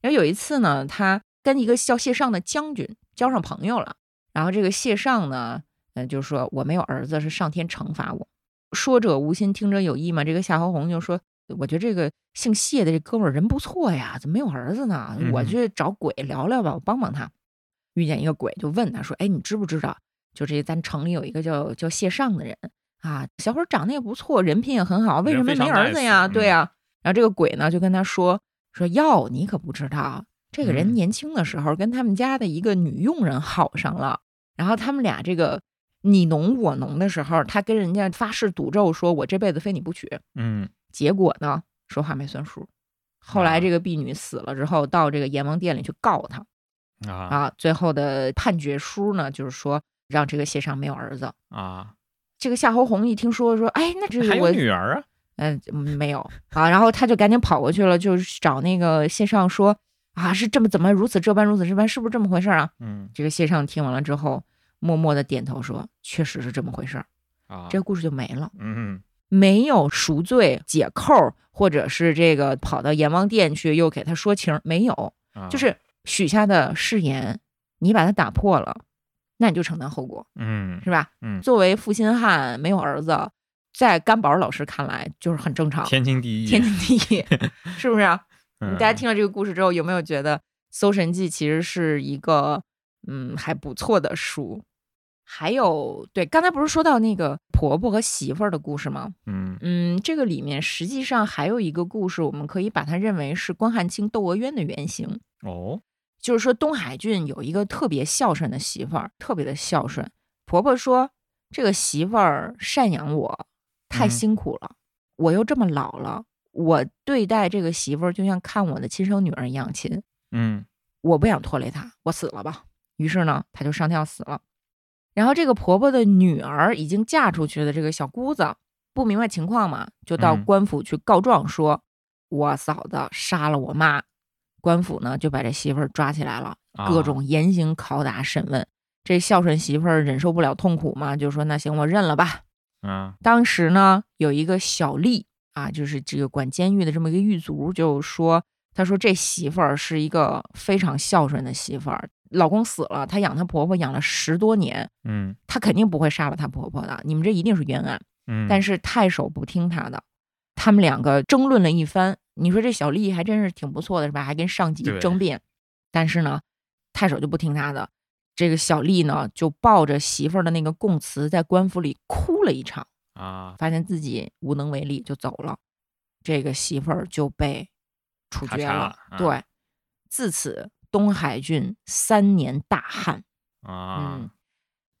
Speaker 1: 然后有一次呢，他跟一个叫谢尚的将军交上朋友了，然后这个谢尚呢，呃，就说我没有儿子是上天惩罚我。说者无心，听者有意嘛。这个夏侯红就说，我觉得这个姓谢的这哥们儿人不错呀，怎么没有儿子呢？
Speaker 2: 嗯
Speaker 1: 我去找鬼聊聊吧，我帮帮他。遇见一个鬼就问他说，哎，你知不知道，就这咱城里有一个叫叫谢尚的人啊，小伙儿长得也不错，人品也很好，为什
Speaker 2: 人
Speaker 1: 么
Speaker 2: 非
Speaker 1: 没
Speaker 2: 常
Speaker 1: 儿子
Speaker 2: nice，
Speaker 1: 呀？对
Speaker 2: 嗯
Speaker 1: 呀、然后这个鬼呢就跟他说说，哟，你可不知道，这个人
Speaker 2: 嗯
Speaker 1: 年轻的时候跟他们家的一个女佣人好上了，然后他们俩这个你侬我侬的时候，他跟人家发誓赌咒说，我这辈子非你不娶。
Speaker 2: 嗯，
Speaker 1: 结果呢，说话没算数。后来这个婢女死了之后，到这个阎王殿里去告他
Speaker 2: 啊
Speaker 1: 啊。最后的判决书呢，就是说让这个谢尚没有儿子。
Speaker 2: 啊，
Speaker 1: 这个夏侯红一听说说，哎，那这
Speaker 2: 还
Speaker 1: 是
Speaker 2: 有
Speaker 1: 我
Speaker 2: 女儿啊，
Speaker 1: 嗯，没有啊。然后他就赶紧跑过去了，就是找那个谢尚说啊，是这么怎么如此这般如此这般，是不是这么回事儿啊？
Speaker 2: 嗯
Speaker 1: 这个谢尚听完了之后，默默的点头说，确实是这么回事儿。
Speaker 2: 啊，
Speaker 1: 这个故事就没了，
Speaker 2: 嗯
Speaker 1: 没有赎罪、解扣，或者是这个跑到阎王殿去又给他说情儿，没有，
Speaker 2: 啊
Speaker 1: 就是许下的誓言，你把它打破了，那你就承担后果，
Speaker 2: 嗯
Speaker 1: 是吧？
Speaker 2: 嗯，
Speaker 1: 作为负心汉，没有儿子，在甘宝老师看来就是很正常，
Speaker 2: 天经地义，
Speaker 1: 天经地义，是不是 啊？
Speaker 2: 嗯
Speaker 1: 大家听了这个故事之后，有没有觉得《搜神记》其实是一个嗯还不错的书？还有，对，刚才不是说到那个婆婆和媳妇儿的故事吗？
Speaker 2: 嗯
Speaker 1: 嗯，这个里面实际上还有一个故事，我们可以把它认为是关汉卿窦娥冤的原型。
Speaker 2: 哦
Speaker 1: 就是说，东海郡有一个特别孝顺的媳妇儿，特别的孝顺。婆婆说，这个媳妇儿赡养我太
Speaker 2: 嗯
Speaker 1: 辛苦了，我又这么老了，我对待这个媳妇儿就像看我的亲生女儿一样亲。
Speaker 2: 嗯
Speaker 1: 我不想拖累她，我死了吧。于是呢，她就上吊死了。然后这个婆婆的女儿已经嫁出去的这个小姑子不明白情况嘛，就到
Speaker 2: 嗯
Speaker 1: 官府去告状说，我嫂子杀了我妈。官府呢就把这媳妇儿抓起来了，
Speaker 2: 啊
Speaker 1: 各种严刑拷打审问。这孝顺媳妇儿忍受不了痛苦嘛，就说那行我认了吧。
Speaker 2: 啊
Speaker 1: 当时呢，有一个小吏啊，就是这个管监狱的这么一个狱卒，就说，他说这媳妇儿是一个非常孝顺的媳妇儿，老公死了，她养她婆婆养了十多年，
Speaker 2: 嗯
Speaker 1: 她肯定不会杀了她婆婆的，你们这一定是冤案。
Speaker 2: 嗯，
Speaker 1: 但
Speaker 2: 是
Speaker 1: 是太守不听他的，他们两个争论了一番。你说这小丽还真是挺不错的，是吧？还跟上级
Speaker 2: 对
Speaker 1: 争辩，但是呢，太守就不听他的。这个小丽呢，就抱着媳妇儿的那个供词，在官府里哭了一场。
Speaker 2: 啊，
Speaker 1: 发现自己无能为力就走了，这个媳妇儿就被处
Speaker 2: 咔
Speaker 1: 决
Speaker 2: 嚓
Speaker 1: 了。
Speaker 2: 了嗯
Speaker 1: 对，自此东海郡三年大旱。
Speaker 2: 啊
Speaker 1: 嗯，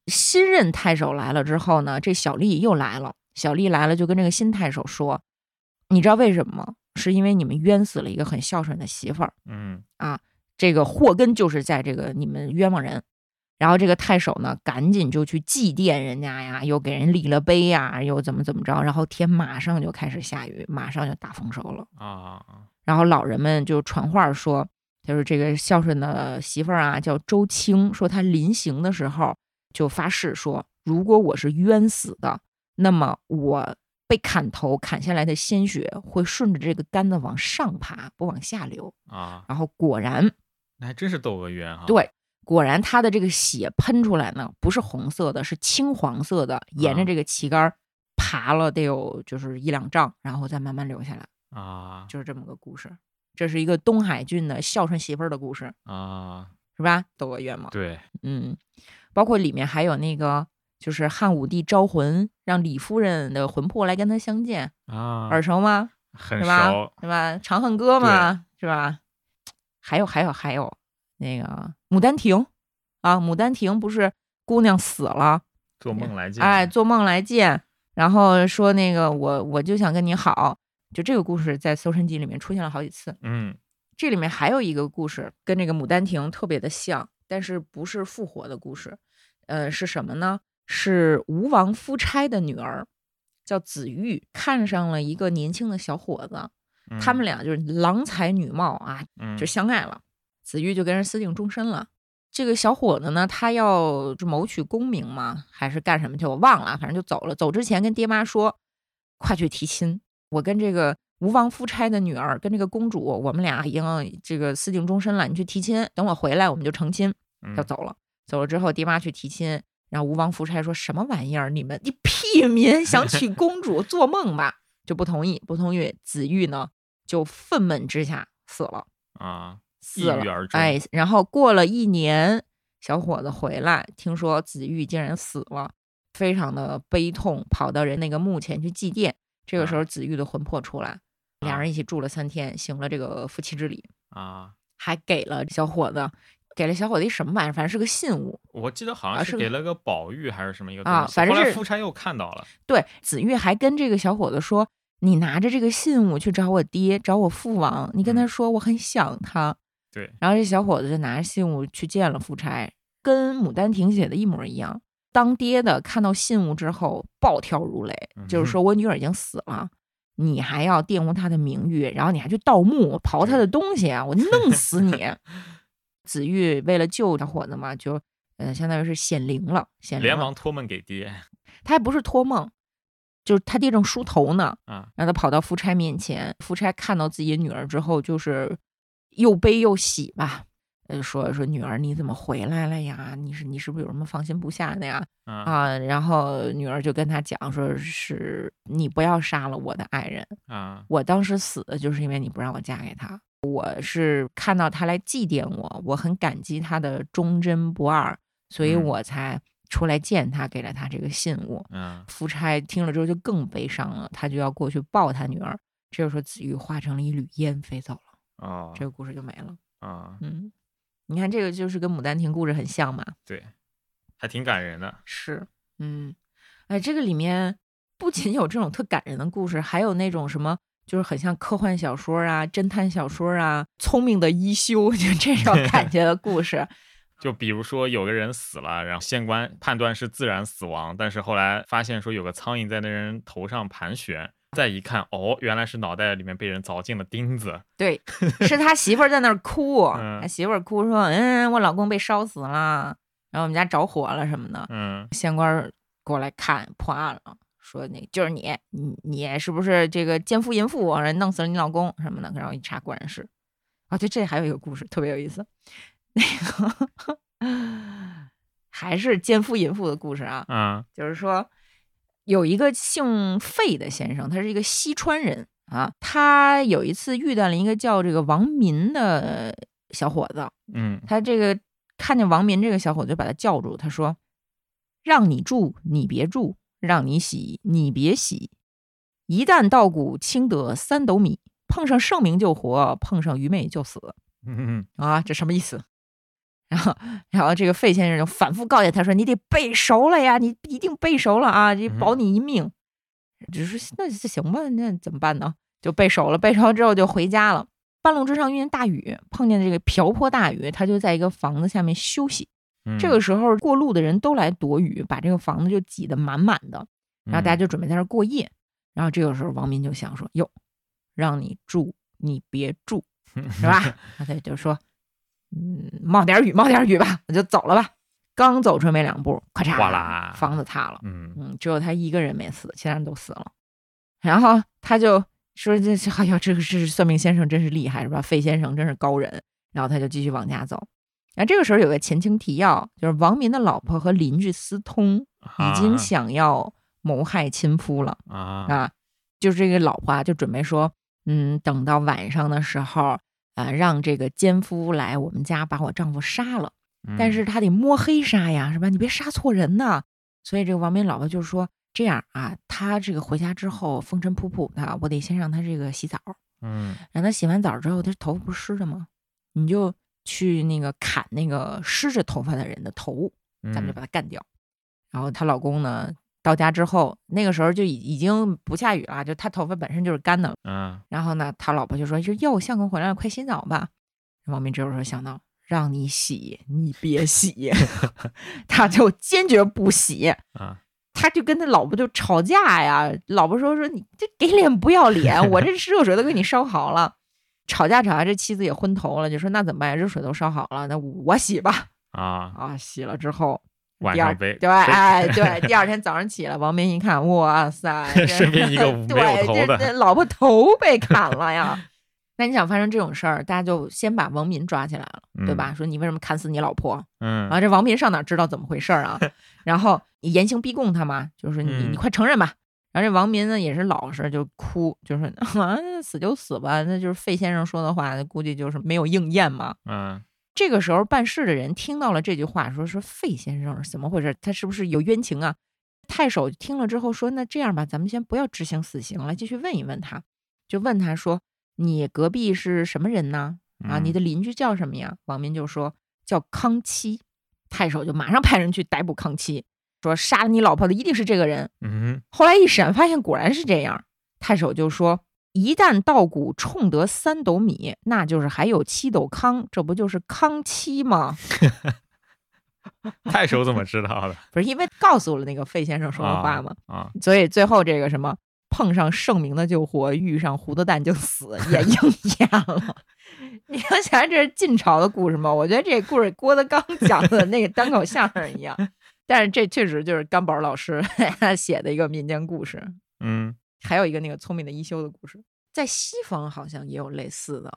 Speaker 1: 新任太守来了之后呢，这小丽又来了。小丽来了就跟这个新太守说：“你知道为什么吗？是因为你们冤死了一个很孝顺的媳妇儿。”
Speaker 2: 嗯
Speaker 1: 这个祸根就是在这个你们冤枉人。然后这个太守呢，赶紧就去祭奠人家呀，又给人立了碑呀，又怎么怎么着。然后天马上就开始下雨，马上就大丰收了。
Speaker 2: 啊
Speaker 1: 然后老人们就传话说，就是这个孝顺的媳妇儿啊，叫周青，说她临行的时候就发誓说，如果我是冤死的，那么我被砍头砍下来的鲜血会顺着这个杆子往上爬，不往下流。
Speaker 2: 啊，
Speaker 1: 然后果然。
Speaker 2: 那还真是窦娥冤哈，
Speaker 1: 对，果然他的这个血喷出来呢，不是红色的，是青黄色的，沿着
Speaker 2: 啊
Speaker 1: 这个旗杆儿爬了得有就是一两丈，然后再慢慢流下来，
Speaker 2: 啊
Speaker 1: 就是这么个故事。这是一个东海郡的孝顺媳妇儿的故事，
Speaker 2: 啊，
Speaker 1: 是吧？窦娥冤嘛，
Speaker 2: 对，
Speaker 1: 嗯，包括里面还有那个。就是汉武帝招魂，让李夫人的魂魄来跟他相见，
Speaker 2: 啊，
Speaker 1: 耳熟吗？
Speaker 2: 很
Speaker 1: 是吧
Speaker 2: 熟，
Speaker 1: 对吧？《长恨歌》
Speaker 2: 对
Speaker 1: 嘛，是吧？还有还有还有那个《牡丹亭》啊，《牡丹亭》不是姑娘死了，
Speaker 2: 做梦来见，
Speaker 1: 哎，做梦来见，然后说那个我我就想跟你好，就这个故事在《搜神记》里面出现了好几次。
Speaker 2: 嗯
Speaker 1: 这里面还有一个故事跟这个《牡丹亭》特别的像，但是不是复活的故事，呃，是什么呢？是吴王夫差的女儿，叫子玉，看上了一个年轻的小伙子，
Speaker 2: 嗯，
Speaker 1: 他们俩就是郎才女貌啊，
Speaker 2: 嗯
Speaker 1: 就相爱了。子玉就跟人私定终身了。这个小伙子呢，他要就谋取功名嘛，还是干什么去？我忘了，反正就走了。走之前跟爹妈说，快去提亲。我跟这个吴王夫差的女儿，跟这个公主，我们俩已经这个私定终身了。你去提亲，等我回来我们就成亲。
Speaker 2: 嗯
Speaker 1: 要走了。走了之后，爹妈去提亲，然后吴王夫差说什么玩意儿？你们你屁民 想娶公主，做梦吧！就不同意，不同意。子玉呢就愤懑之下死了，
Speaker 2: 啊，抑
Speaker 1: 死了
Speaker 2: 郁。而终。
Speaker 1: 哎，然后过了一年，小伙子回来，听说子玉竟然死了，非常的悲痛，跑到人那个墓前去祭奠。这
Speaker 2: 嗯
Speaker 1: 个时候，子玉的魂魄出来，俩人一起住了三天，行了这个夫妻之礼，
Speaker 2: 啊，
Speaker 1: 还给了小伙子，给了小伙子一什么玩意儿，反正是个信物。
Speaker 2: 我记得好
Speaker 1: 啊
Speaker 2: 像
Speaker 1: 是
Speaker 2: 是给了个宝玉还是什么一个
Speaker 1: 啊
Speaker 2: 东西，
Speaker 1: 反正
Speaker 2: 后来
Speaker 1: 是
Speaker 2: 夫差又看到了，
Speaker 1: 对，子玉还跟这个小伙子说：“你拿着这个信物去找我爹，找我父王，你跟他
Speaker 2: 嗯
Speaker 1: 说我很想他。
Speaker 2: 对，
Speaker 1: 然后这小伙子就拿着信物去见了夫差，跟《牡丹亭》写的一模一样。当爹的看到信物之后暴跳如雷，就是说我女儿已经死了，你还要玷污她的名誉，然后你还去盗墓刨她的东西啊，我弄死你！子玉为了救小伙子嘛，就呃相当于是显灵了，显灵
Speaker 2: 连
Speaker 1: 了。
Speaker 2: 忙托梦给爹
Speaker 1: 他还不是托梦，就是他爹正梳头呢，
Speaker 2: 啊，
Speaker 1: 让他跑到夫差面前。夫差看到自己女儿之后，就是又悲又喜吧，呃，说说女儿你怎么回来了呀？你是你是不是有什么放心不下的呀？
Speaker 2: 啊
Speaker 1: 啊，然后女儿就跟他讲，说是你不要杀了我的爱人，
Speaker 2: 啊
Speaker 1: 我当时死的就是因为你不让我嫁给他。我是看到他来祭奠我，我很感激他的忠贞不二，所以
Speaker 2: 嗯
Speaker 1: 我才出来见他，给了他这个信物。
Speaker 2: 嗯
Speaker 1: 夫差听了之后就更悲伤了，他就要过去抱他女儿。这个时候，子玉化成了一缕烟飞走了，
Speaker 2: 哦
Speaker 1: 这个故事就没了。
Speaker 2: 啊，
Speaker 1: 嗯，你看这个就是跟《牡丹亭》故事很像嘛。
Speaker 2: 对，还挺感人的。
Speaker 1: 是，嗯，哎，这个里面不仅有这种特感人的故事，还有那种什么。就是很像科幻小说啊、侦探小说啊、聪明的一休，就这 种感觉的故事。
Speaker 2: 就比如说有个人死了，然后县官判断是自然死亡，但是后来发现说有个苍蝇在那人头上盘旋，再一看，哦，原来是脑袋里面被人凿进了钉子。
Speaker 1: 对，是他媳妇儿在那儿哭，
Speaker 2: 嗯
Speaker 1: 他媳妇儿哭说：“嗯，我老公被烧死了，然后我们家着火了什么的。”
Speaker 2: 嗯
Speaker 1: 县官儿过来看破案了，说那就是你，你你是不是这个奸夫淫妇，人弄死了你老公什么的？然后一查，果然是。啊，对，这还有一个故事特别有意思， 那个 还是奸夫淫妇的故事啊，
Speaker 2: 啊
Speaker 1: 就是说有一个姓费的先生，他是一个西川人啊，他有一次遇到了一个叫这个王民的小伙子，
Speaker 2: 嗯
Speaker 1: 他这个看见王民这个小伙子，就把他叫住，他说：“让你住，你别住；让你洗，你别洗。一旦稻谷轻得三斗米，碰上圣明就活，碰上愚昧就死。”
Speaker 2: 嗯
Speaker 1: 啊，这什么意思？ 然后，然后这个费先生就反复告诫他说：“你得背熟了呀，你一定背熟了啊，这保
Speaker 2: 嗯
Speaker 1: 你一命。只是那这行吧，那怎么办呢？就背熟了，背熟了之后就回家了。半路之上遇见大雨，碰见这个瓢泼大雨，他就在一个房子下面休息。
Speaker 2: 嗯，
Speaker 1: 这个时候过路的人都来躲雨，把这个房子就挤得满满的。然后大家
Speaker 2: 就
Speaker 1: 就准备在那儿过夜。然后这个时候，王民就想说：“哟，让你住，你别 住。”是吧？那他就说，嗯，冒点雨，冒点雨吧，那就走了吧。刚走出没两步，咔嚓，
Speaker 2: 哗啦
Speaker 1: 房子塌了。
Speaker 2: 嗯
Speaker 1: 嗯，只有他一个人没死，其他人都死了。然后他就说：“这是，哎呦，这个是算命先生，真是厉害，是吧？费先生真是高人。”然后他就继续往家走。然后这个时候有个前情提要，就是王民的老婆和邻居私通，已经想要谋害亲夫了。
Speaker 2: 啊啊
Speaker 1: 啊，就是这个老婆啊，就准备说，嗯，等到晚上的时候，啊、让这个奸夫来我们家把我丈夫杀了，
Speaker 2: 嗯
Speaker 1: 但是他得摸黑杀呀，是吧？你别杀错人呐。所以这个王斌老婆就说，这样啊，他这个回家之后风尘仆仆的，我得先让他这个洗澡，
Speaker 2: 嗯
Speaker 1: 让他洗完澡之后，他头发不是湿的吗？你就去那个砍那个湿着头发的人的头，
Speaker 2: 嗯
Speaker 1: 咱们就把他干掉。然后她老公呢，到家之后，那个时候就已已经不下雨了，就他头发本身就是干的了。
Speaker 2: 嗯
Speaker 1: 然后呢，他老婆就说：“就哟，相公回来了，快洗澡吧。”王明这时候想到，让你洗，你别洗，他就坚决不洗。
Speaker 2: 啊
Speaker 1: 他就跟他老婆就吵架呀，老婆说说你这给脸不要脸，我这热水都给你烧好了。吵架吵架，这妻子也昏头了，就说那怎么办呀？热水都烧好了，那我洗吧。
Speaker 2: 啊，
Speaker 1: 啊，洗了之后，
Speaker 2: 晚
Speaker 1: 第二
Speaker 2: 上背
Speaker 1: 对，哎
Speaker 2: ，
Speaker 1: 对，第二天早上起来，王明一看，哇塞
Speaker 2: 身边一个没有
Speaker 1: 对
Speaker 2: 头
Speaker 1: 这
Speaker 2: 的
Speaker 1: 这老婆头被砍了呀。那你想发生这种事儿，大家就先把王民抓起来了，对
Speaker 2: 嗯
Speaker 1: 吧？说你为什么砍死你老婆？然
Speaker 2: 嗯
Speaker 1: 后这王民上哪知道怎么回事儿 啊？然后你严刑逼供他嘛，就是你
Speaker 2: 嗯
Speaker 1: 你快承认吧。然后这王民呢也是老实，就哭，就是 啊死就死吧，那就是费先生说的话，估计就是没有应验嘛。
Speaker 2: 嗯
Speaker 1: 这个时候办事的人听到了这句话，说是费先生怎么回事？他是不是有冤情啊？太守听了之后说，那这样吧，咱们先不要执行死刑了，继续问一问他，就问他说，你隔壁是什么人呢？啊，
Speaker 2: 嗯
Speaker 1: 你的邻居叫什么呀？王明就说叫康熙，太守就马上派人去逮捕康熙，说杀了你老婆的一定是这个人。
Speaker 2: 嗯
Speaker 1: 后来一审发现果然是这样，太守就说：“一旦稻谷种得三斗米，那就是还有七斗糠，这不就是糠妻吗
Speaker 2: 哼，太守怎么知道的？”
Speaker 1: 不是因为告诉了那个费先生 说的话吗？
Speaker 2: 啊？
Speaker 1: 所以最后这个什么碰上圣明的救火，遇上糊涂蛋就死，也应验了。 你要想想这是晋朝的故事吗？我觉得这故事郭德纲讲的那个单口相声一样， 但是这确实就是甘宝老师 写的一个民间故事。
Speaker 2: 嗯
Speaker 1: 还有一个那个聪明的一休的故事，在西方好像也有类似的，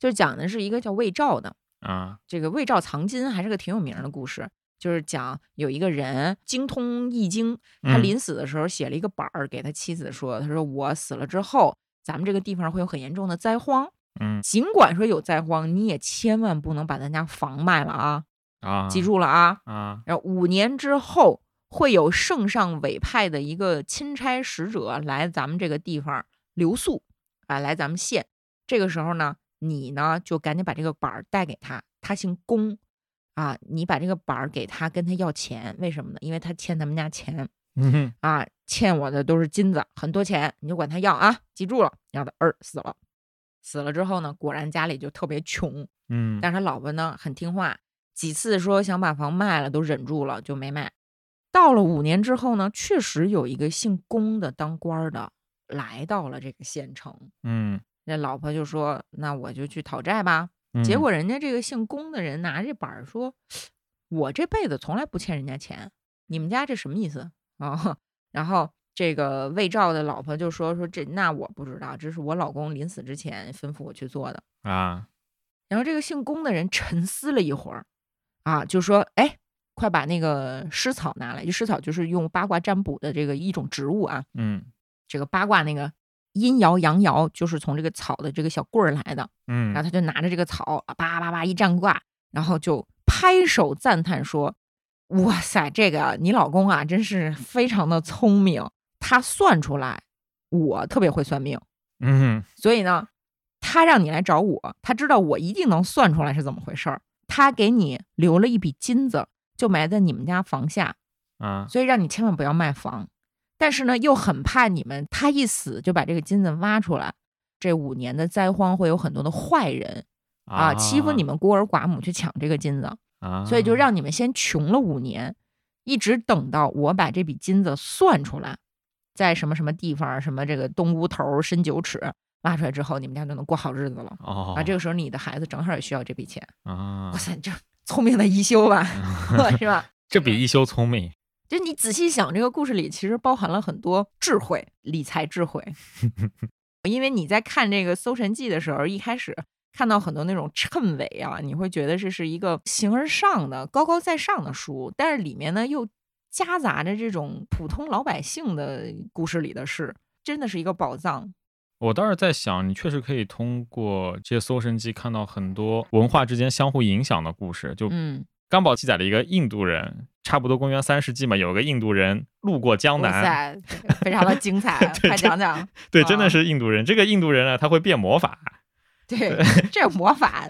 Speaker 1: 就讲的是一个叫魏兆的，
Speaker 2: 啊
Speaker 1: 这个魏兆藏经还是个挺有名儿的故事，就是讲有一个人精通易经，他
Speaker 2: 嗯
Speaker 1: 临死的时候写了一个板儿给他妻子说，他说我死了之后，咱们这个地方会有很严重的灾荒，
Speaker 2: 嗯
Speaker 1: 尽管说有灾荒，你也千万不能把咱家房卖了啊，
Speaker 2: 啊，
Speaker 1: 记住了啊，
Speaker 2: 啊
Speaker 1: 然后五年之后会有圣上委派的一个钦差使者来咱们这个地方留宿，啊，来咱们县。这个时候呢，你呢就赶紧把这个板儿带给他，他姓龚，啊，你把这个板儿给他，跟他要钱，为什么呢？因为他欠咱们家钱
Speaker 2: 嗯哼
Speaker 1: 啊，欠我的都是金子，很多钱，你就管他要啊，记住了。然后他儿死了，死了之后呢，果然家里就特别穷，
Speaker 2: 嗯
Speaker 1: 但是他老婆呢很听话，几次说想把房卖了都忍住了，就没卖。到了五年之后呢，确实有一个姓龚的当官儿的来到了这个县城，
Speaker 2: 嗯
Speaker 1: 那老婆就说：“那我就去讨债吧。
Speaker 2: 嗯，
Speaker 1: 结果人家这个姓龚的人拿着板儿说：“我这辈子从来不欠人家钱，你们家这什么意思啊、 然后这个魏兆的老婆就说：“说这那我不知道，这是我老公临死之前吩咐我去做的。”
Speaker 2: 啊
Speaker 1: 然后这个姓龚的人沉思了一会儿，啊，就说：“哎，快把那个湿草拿来。这湿草就是用八卦占卜的这个一种植物啊。
Speaker 2: 嗯
Speaker 1: 这个八卦那个阴爻阳爻就是从这个草的这个小棍儿来的。然后
Speaker 2: 嗯
Speaker 1: 他就拿着这个草啊，叭叭叭一占卦，然后就拍手赞叹说：‘哇塞，这个你老公啊，真是非常的聪明，他算出来，我特别会算命。’
Speaker 2: 嗯哼
Speaker 1: 所以呢，他让你来找我，他知道我一定能算出来是怎么回事儿。他给你留了一笔金子，就埋在你们家房下，
Speaker 2: 啊
Speaker 1: 所以让你千万不要卖房。但是呢，又很怕你们他一死就把这个金子挖出来，这五年的灾荒会有很多的坏人啊欺负你们孤儿寡母去抢这个金子，
Speaker 2: 啊，
Speaker 1: 所以就让你们先穷了五年，一直等到我把这笔金子算出来，在什么什么地方，什么这个东屋头深九尺挖出来之后，你们家就能过好日子了。
Speaker 2: 哦
Speaker 1: 啊，这个时候你的孩子正好也需要这笔钱。
Speaker 2: 啊
Speaker 1: 哇，塞，你这聪明的一休 吧，是吧？
Speaker 2: 这比一休聪明。
Speaker 1: 就你仔细想，这个故事里其实包含了很多智慧，理财智 慧。因为你在看这个《搜神记》的时候，一开始看到很多那种谶纬啊，你会觉得这是一个形而上的、高高在上的书，但是里面呢又夹杂着这种普通老百姓的故事里的事，真的是一个宝
Speaker 2: 嗯
Speaker 1: 藏。
Speaker 2: 我倒是在想，你确实可以通过这些搜神记看到很多文化之间相互影响的故事。就
Speaker 1: 嗯，
Speaker 2: 甘宝记载了一个印度人，差不多公元三世纪嘛，有个印度人路过江
Speaker 1: 哇
Speaker 2: 南，
Speaker 1: 塞，这个非常的精彩
Speaker 2: ，对
Speaker 1: 快
Speaker 2: 这
Speaker 1: 讲讲。
Speaker 2: 对，真
Speaker 1: 啊
Speaker 2: 的是印度人。这个印度人呢，他会变魔法，
Speaker 1: 对，这是魔法。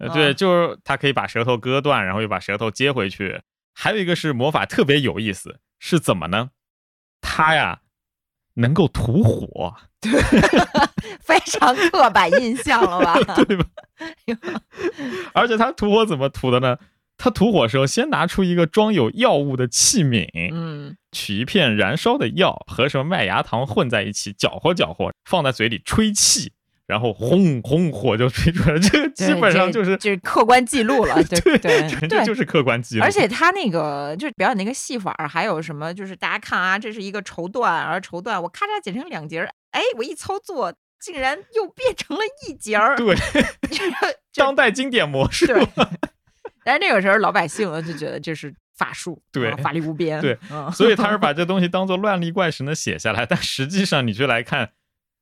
Speaker 2: 呃
Speaker 1: 嗯
Speaker 2: 对，，就是他可以把舌头割断，然后又把舌头接回去。还有一个是魔法特别有意思，是怎么呢？他呀能够吐火，
Speaker 1: 非常刻板印象了吧？
Speaker 2: 对吧？
Speaker 1: 哎
Speaker 2: 而且他吐火怎么吐的呢？他吐火的时候，先拿出一个装有药物的器皿，
Speaker 1: 嗯，
Speaker 2: 取一片燃烧的药和什么麦芽糖混在一起，搅和搅和，放在嘴里吹气，然后轰轰火就吹出来。这个基
Speaker 1: 对
Speaker 2: 本上
Speaker 1: 这
Speaker 2: 就是
Speaker 1: 就是客观记录 了，对对
Speaker 2: 对，这
Speaker 1: 对。
Speaker 2: 就是客观记录。
Speaker 1: 而且他那个就是表演那个戏法儿，还有什么就是大家看啊，这是一个绸缎，而绸缎我咔嚓剪成两截儿，哎，我一操作竟然又变成了一节儿。
Speaker 2: 对，
Speaker 1: 就
Speaker 2: 当代经典魔 术，
Speaker 1: 对，但是那个时候老百姓呢就觉得这是法术，
Speaker 2: 对
Speaker 1: 啊法力无边，
Speaker 2: 对
Speaker 1: 嗯，
Speaker 2: 所以他是把这东西当做乱力怪神的写下来，但实际上你去来看，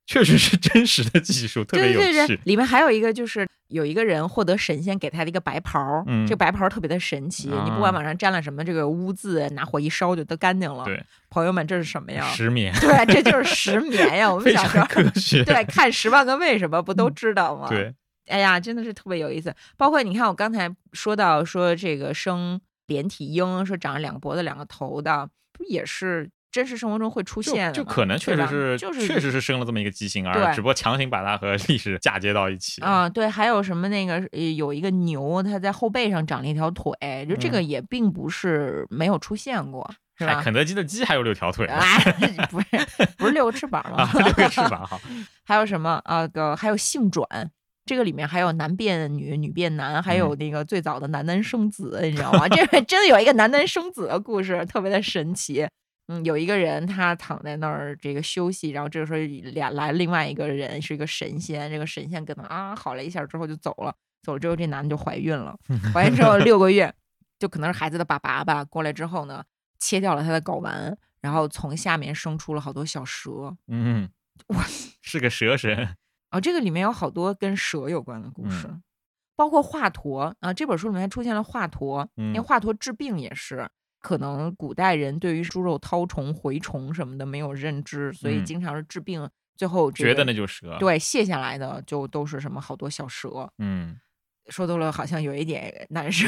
Speaker 2: 确实是真实的技术，特别
Speaker 1: 对
Speaker 2: 有
Speaker 1: 对对对
Speaker 2: 趣，。
Speaker 1: 里面还有一个就是有一个人获得神仙给他的一个白袍儿，
Speaker 2: 嗯啊
Speaker 1: 这个白袍儿特别的神奇，你不管往上沾了什么这个污渍，拿火一烧就都干净了。
Speaker 2: 对，
Speaker 1: 朋友们，这是什么呀？
Speaker 2: 失眠，
Speaker 1: 对，这就是石棉呀！我们
Speaker 2: 非
Speaker 1: 小时候
Speaker 2: 常科学。
Speaker 1: 对看《十万个为什么》不都知道吗？
Speaker 2: 对，
Speaker 1: 哎呀，真的是特别有意思。包括你看，我刚才说到说这个生连体婴，说长了两个脖子、两个头的，不也是真实生活中会出现的
Speaker 2: 就就
Speaker 1: 吗
Speaker 2: 可能
Speaker 1: 对
Speaker 2: 确实
Speaker 1: 吧
Speaker 2: 是，
Speaker 1: 就是
Speaker 2: 确实是生了这么一个畸形儿，
Speaker 1: 对
Speaker 2: 只不过强行把它和历史嫁接到一起。
Speaker 1: 啊、对，还有什么那个呃有一个牛，它在后背上长了一条腿，就这个也并不是没有出现过，是
Speaker 2: 哎，
Speaker 1: 吧？
Speaker 2: 肯德基的鸡嗯还有六条腿呢
Speaker 1: 哎， 不是，不是六个翅膀吗？
Speaker 2: 啊，六个翅 膀哈。
Speaker 1: 还有什么啊？个还有性转，这个里面还有男变女，女变男，还有那个最早的男男生子，你知道吗？这个 真的有一个男男生子的故事，特别的神奇。嗯，有一个人他躺在那儿这个休息，然后这个时候俩来另外一个人是一个神仙，这个神仙跟他啊好了一下之后就走了，走了之后这男的就怀孕了，怀孕之后六个月，就可能是孩子的爸爸吧，过来之后呢切掉了他的睾丸，然后从下面生出了好多小蛇，
Speaker 2: 嗯，
Speaker 1: 哇，
Speaker 2: 是个 蛇神。
Speaker 1: 啊，这个里面有好多跟蛇有关的故
Speaker 2: 嗯
Speaker 1: 事，包括华佗啊。这本书里面还出现了华佗，因为
Speaker 2: 嗯
Speaker 1: 华佗治病也是，可能古代人对于猪肉绦虫、蛔虫什么的没有认知，所以
Speaker 2: 嗯
Speaker 1: 经常是治病，最后、这
Speaker 2: 觉
Speaker 1: 个
Speaker 2: 得那就是蛇。，
Speaker 1: 对卸下来的就都是什么好多小蛇。
Speaker 2: 嗯，
Speaker 1: 说多了好像有一点难 受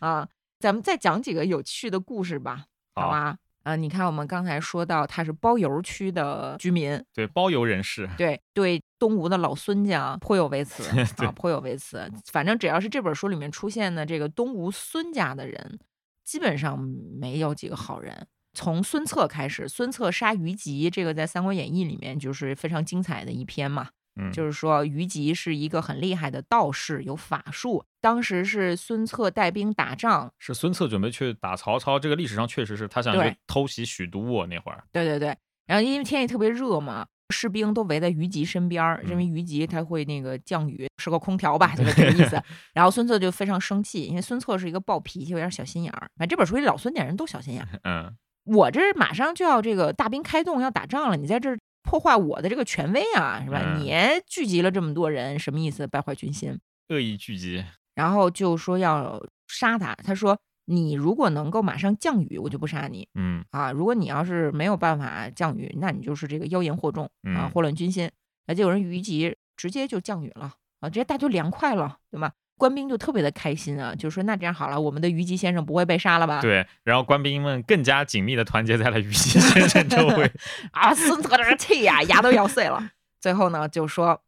Speaker 1: 啊。咱们再讲几个有趣的故事吧，好
Speaker 2: 好
Speaker 1: 吧？啊、你看我们刚才说到他是包邮区的居民，
Speaker 2: 对，包邮人士。
Speaker 1: 对对，东吴的老孙家颇有微词
Speaker 2: 对
Speaker 1: 啊，颇有微词。反正只要是这本书里面出现的这个东吴孙家的人，基本上没有几个好人。从孙策开始，孙策杀于吉，这个在《三国演义》里面就是非常精彩的一篇嘛。
Speaker 2: 嗯，
Speaker 1: 就是说于吉是一个很厉害的道士，有法术。当时是孙策带兵打仗，
Speaker 2: 是孙策准备去打曹操，这个历史上确实是他想
Speaker 1: 对
Speaker 2: 去偷袭许都沃那会儿。
Speaker 1: 对对对。然后因为天气特别热嘛，士兵都围在于吉身边儿，认为于吉他会那个降雨，是个空调吧，就是这个意思。然后孙策就非常生气，因为孙策是一个暴脾气，有点小心眼儿。反正这本书里老孙家人都小心眼 儿。
Speaker 2: 嗯，
Speaker 1: 我这马上就要这个大兵开动，要打仗了，你在这儿破坏我的这个权威啊，是吧？
Speaker 2: 嗯
Speaker 1: 你聚集了这么多人，什么意思？败坏军心。
Speaker 2: 恶意聚集。
Speaker 1: 然后就说要杀他。他说：“你如果能够马上降雨，我就不杀你
Speaker 2: 嗯
Speaker 1: 啊！如果你要是没有办法降雨，那你就是这个妖言惑众啊
Speaker 2: 嗯，
Speaker 1: 祸乱军心。”那就有人于吉直接就降雨了啊，直接大家就凉快了，对吗？官兵就特别的开心啊，就说那这样好了，我们的于吉先生不会被杀了吧？
Speaker 2: 对，然后官兵们更加紧密的团结在了于吉先生周 围。
Speaker 1: 啊，孙策在这气呀、牙都咬碎了。最后呢，就说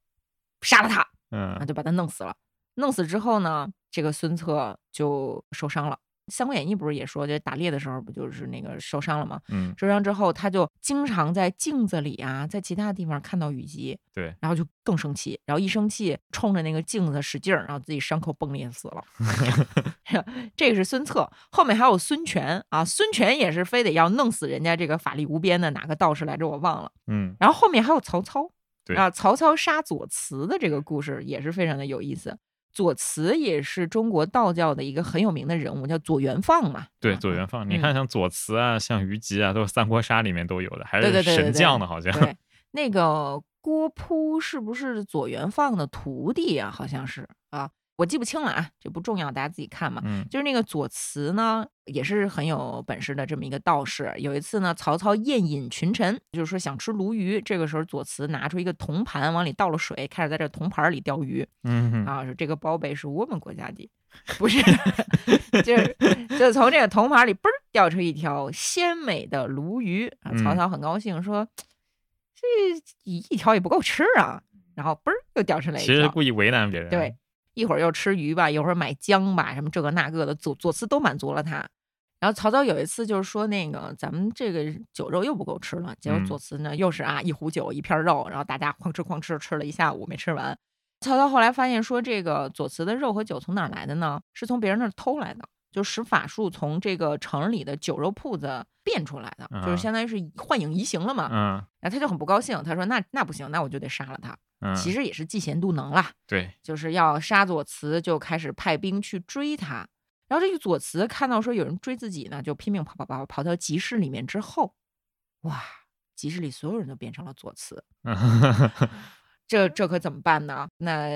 Speaker 1: 杀了他啊，
Speaker 2: 嗯
Speaker 1: 就把他弄死了。弄死之后呢，这个孙策就受伤了。《三国演义》不是也说，这打猎的时候不就是那个受伤了吗？
Speaker 2: 嗯，
Speaker 1: 受伤之后，他就经常在镜子里啊，在其他地方看到雨集，
Speaker 2: 对，
Speaker 1: 然后就更生气，然后一生气冲着那个镜子使劲儿，然后自己伤口崩裂死了。 这个是孙策，后面还有孙权啊，孙权也是非得要弄死人家这个法力无边的哪个道士来着，我忘了。
Speaker 2: 嗯
Speaker 1: 然后后面还有曹操，
Speaker 2: 对
Speaker 1: 啊，曹操杀左慈的这个故事也是非常的有意思。左慈也是中国道教的一个很有名的人物，叫左元放嘛。
Speaker 2: 对，
Speaker 1: 啊
Speaker 2: 左元放，你
Speaker 1: 嗯
Speaker 2: 看像左慈啊，像于吉啊，都是三国杀里面都有的，还
Speaker 1: 对对
Speaker 2: 是
Speaker 1: 对对
Speaker 2: 神
Speaker 1: 对
Speaker 2: 将的，好像。
Speaker 1: 对，啊那个郭璞是不是左元放的徒弟啊？好像是啊，我记不清了啊，这不重要，大家自己看嘛。
Speaker 2: 嗯
Speaker 1: 就是那个左慈呢，也是很有本事的这么一个道士。有一次呢，曹操宴饮群臣，就是说想吃鲈鱼。这个时候，左慈拿出一个铜盘，往里倒了水，开始在这铜盘里钓鱼。
Speaker 2: 嗯嗯
Speaker 1: 啊，说这个包贝是我们国家的，不是， 就是就从这个铜盘里嘣儿掉出一条鲜美的鲈鱼啊！曹
Speaker 2: 嗯
Speaker 1: 操很高兴说：“这一一条也不够吃啊！”然后嘣儿又掉出来一
Speaker 2: 其实是
Speaker 1: 条，
Speaker 2: 故意为难别人。
Speaker 1: 对，，一会儿又吃鱼吧，一会儿买姜吧，什么这个那个的，左左慈都满足了他。然后曹操有一次就是说那个咱们这个酒肉又不够吃了，结果
Speaker 2: 嗯
Speaker 1: 左慈呢又是啊一壶酒一片肉，然后大家哐吃哐吃吃了一下午没吃完。曹操后来发现说这个左慈的肉和酒从哪儿来的呢？是从别人那儿偷来的。就使法术从这个城里的酒肉铺子变出来的，就是
Speaker 2: 啊
Speaker 1: 相当于是幻影移形了嘛。
Speaker 2: 嗯
Speaker 1: 然后他就很不高兴，他说：“那那不行，那我就得杀了他。”
Speaker 2: 嗯，
Speaker 1: 其实也是嫉贤妒能啦，
Speaker 2: 对，
Speaker 1: 就是要杀左慈，就开始派兵去追他。然后这个左慈看到说有人追自己呢，就拼命跑跑跑跑到集市里面之后，哇，集市里所有人都变成了左慈，
Speaker 2: 嗯
Speaker 1: 这这可怎么办呢？那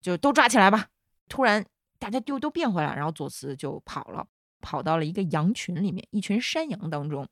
Speaker 1: 就都抓起来吧。突然大家就都变回来，然后左慈就跑了，跑到了一个羊群里面，一群山羊当中，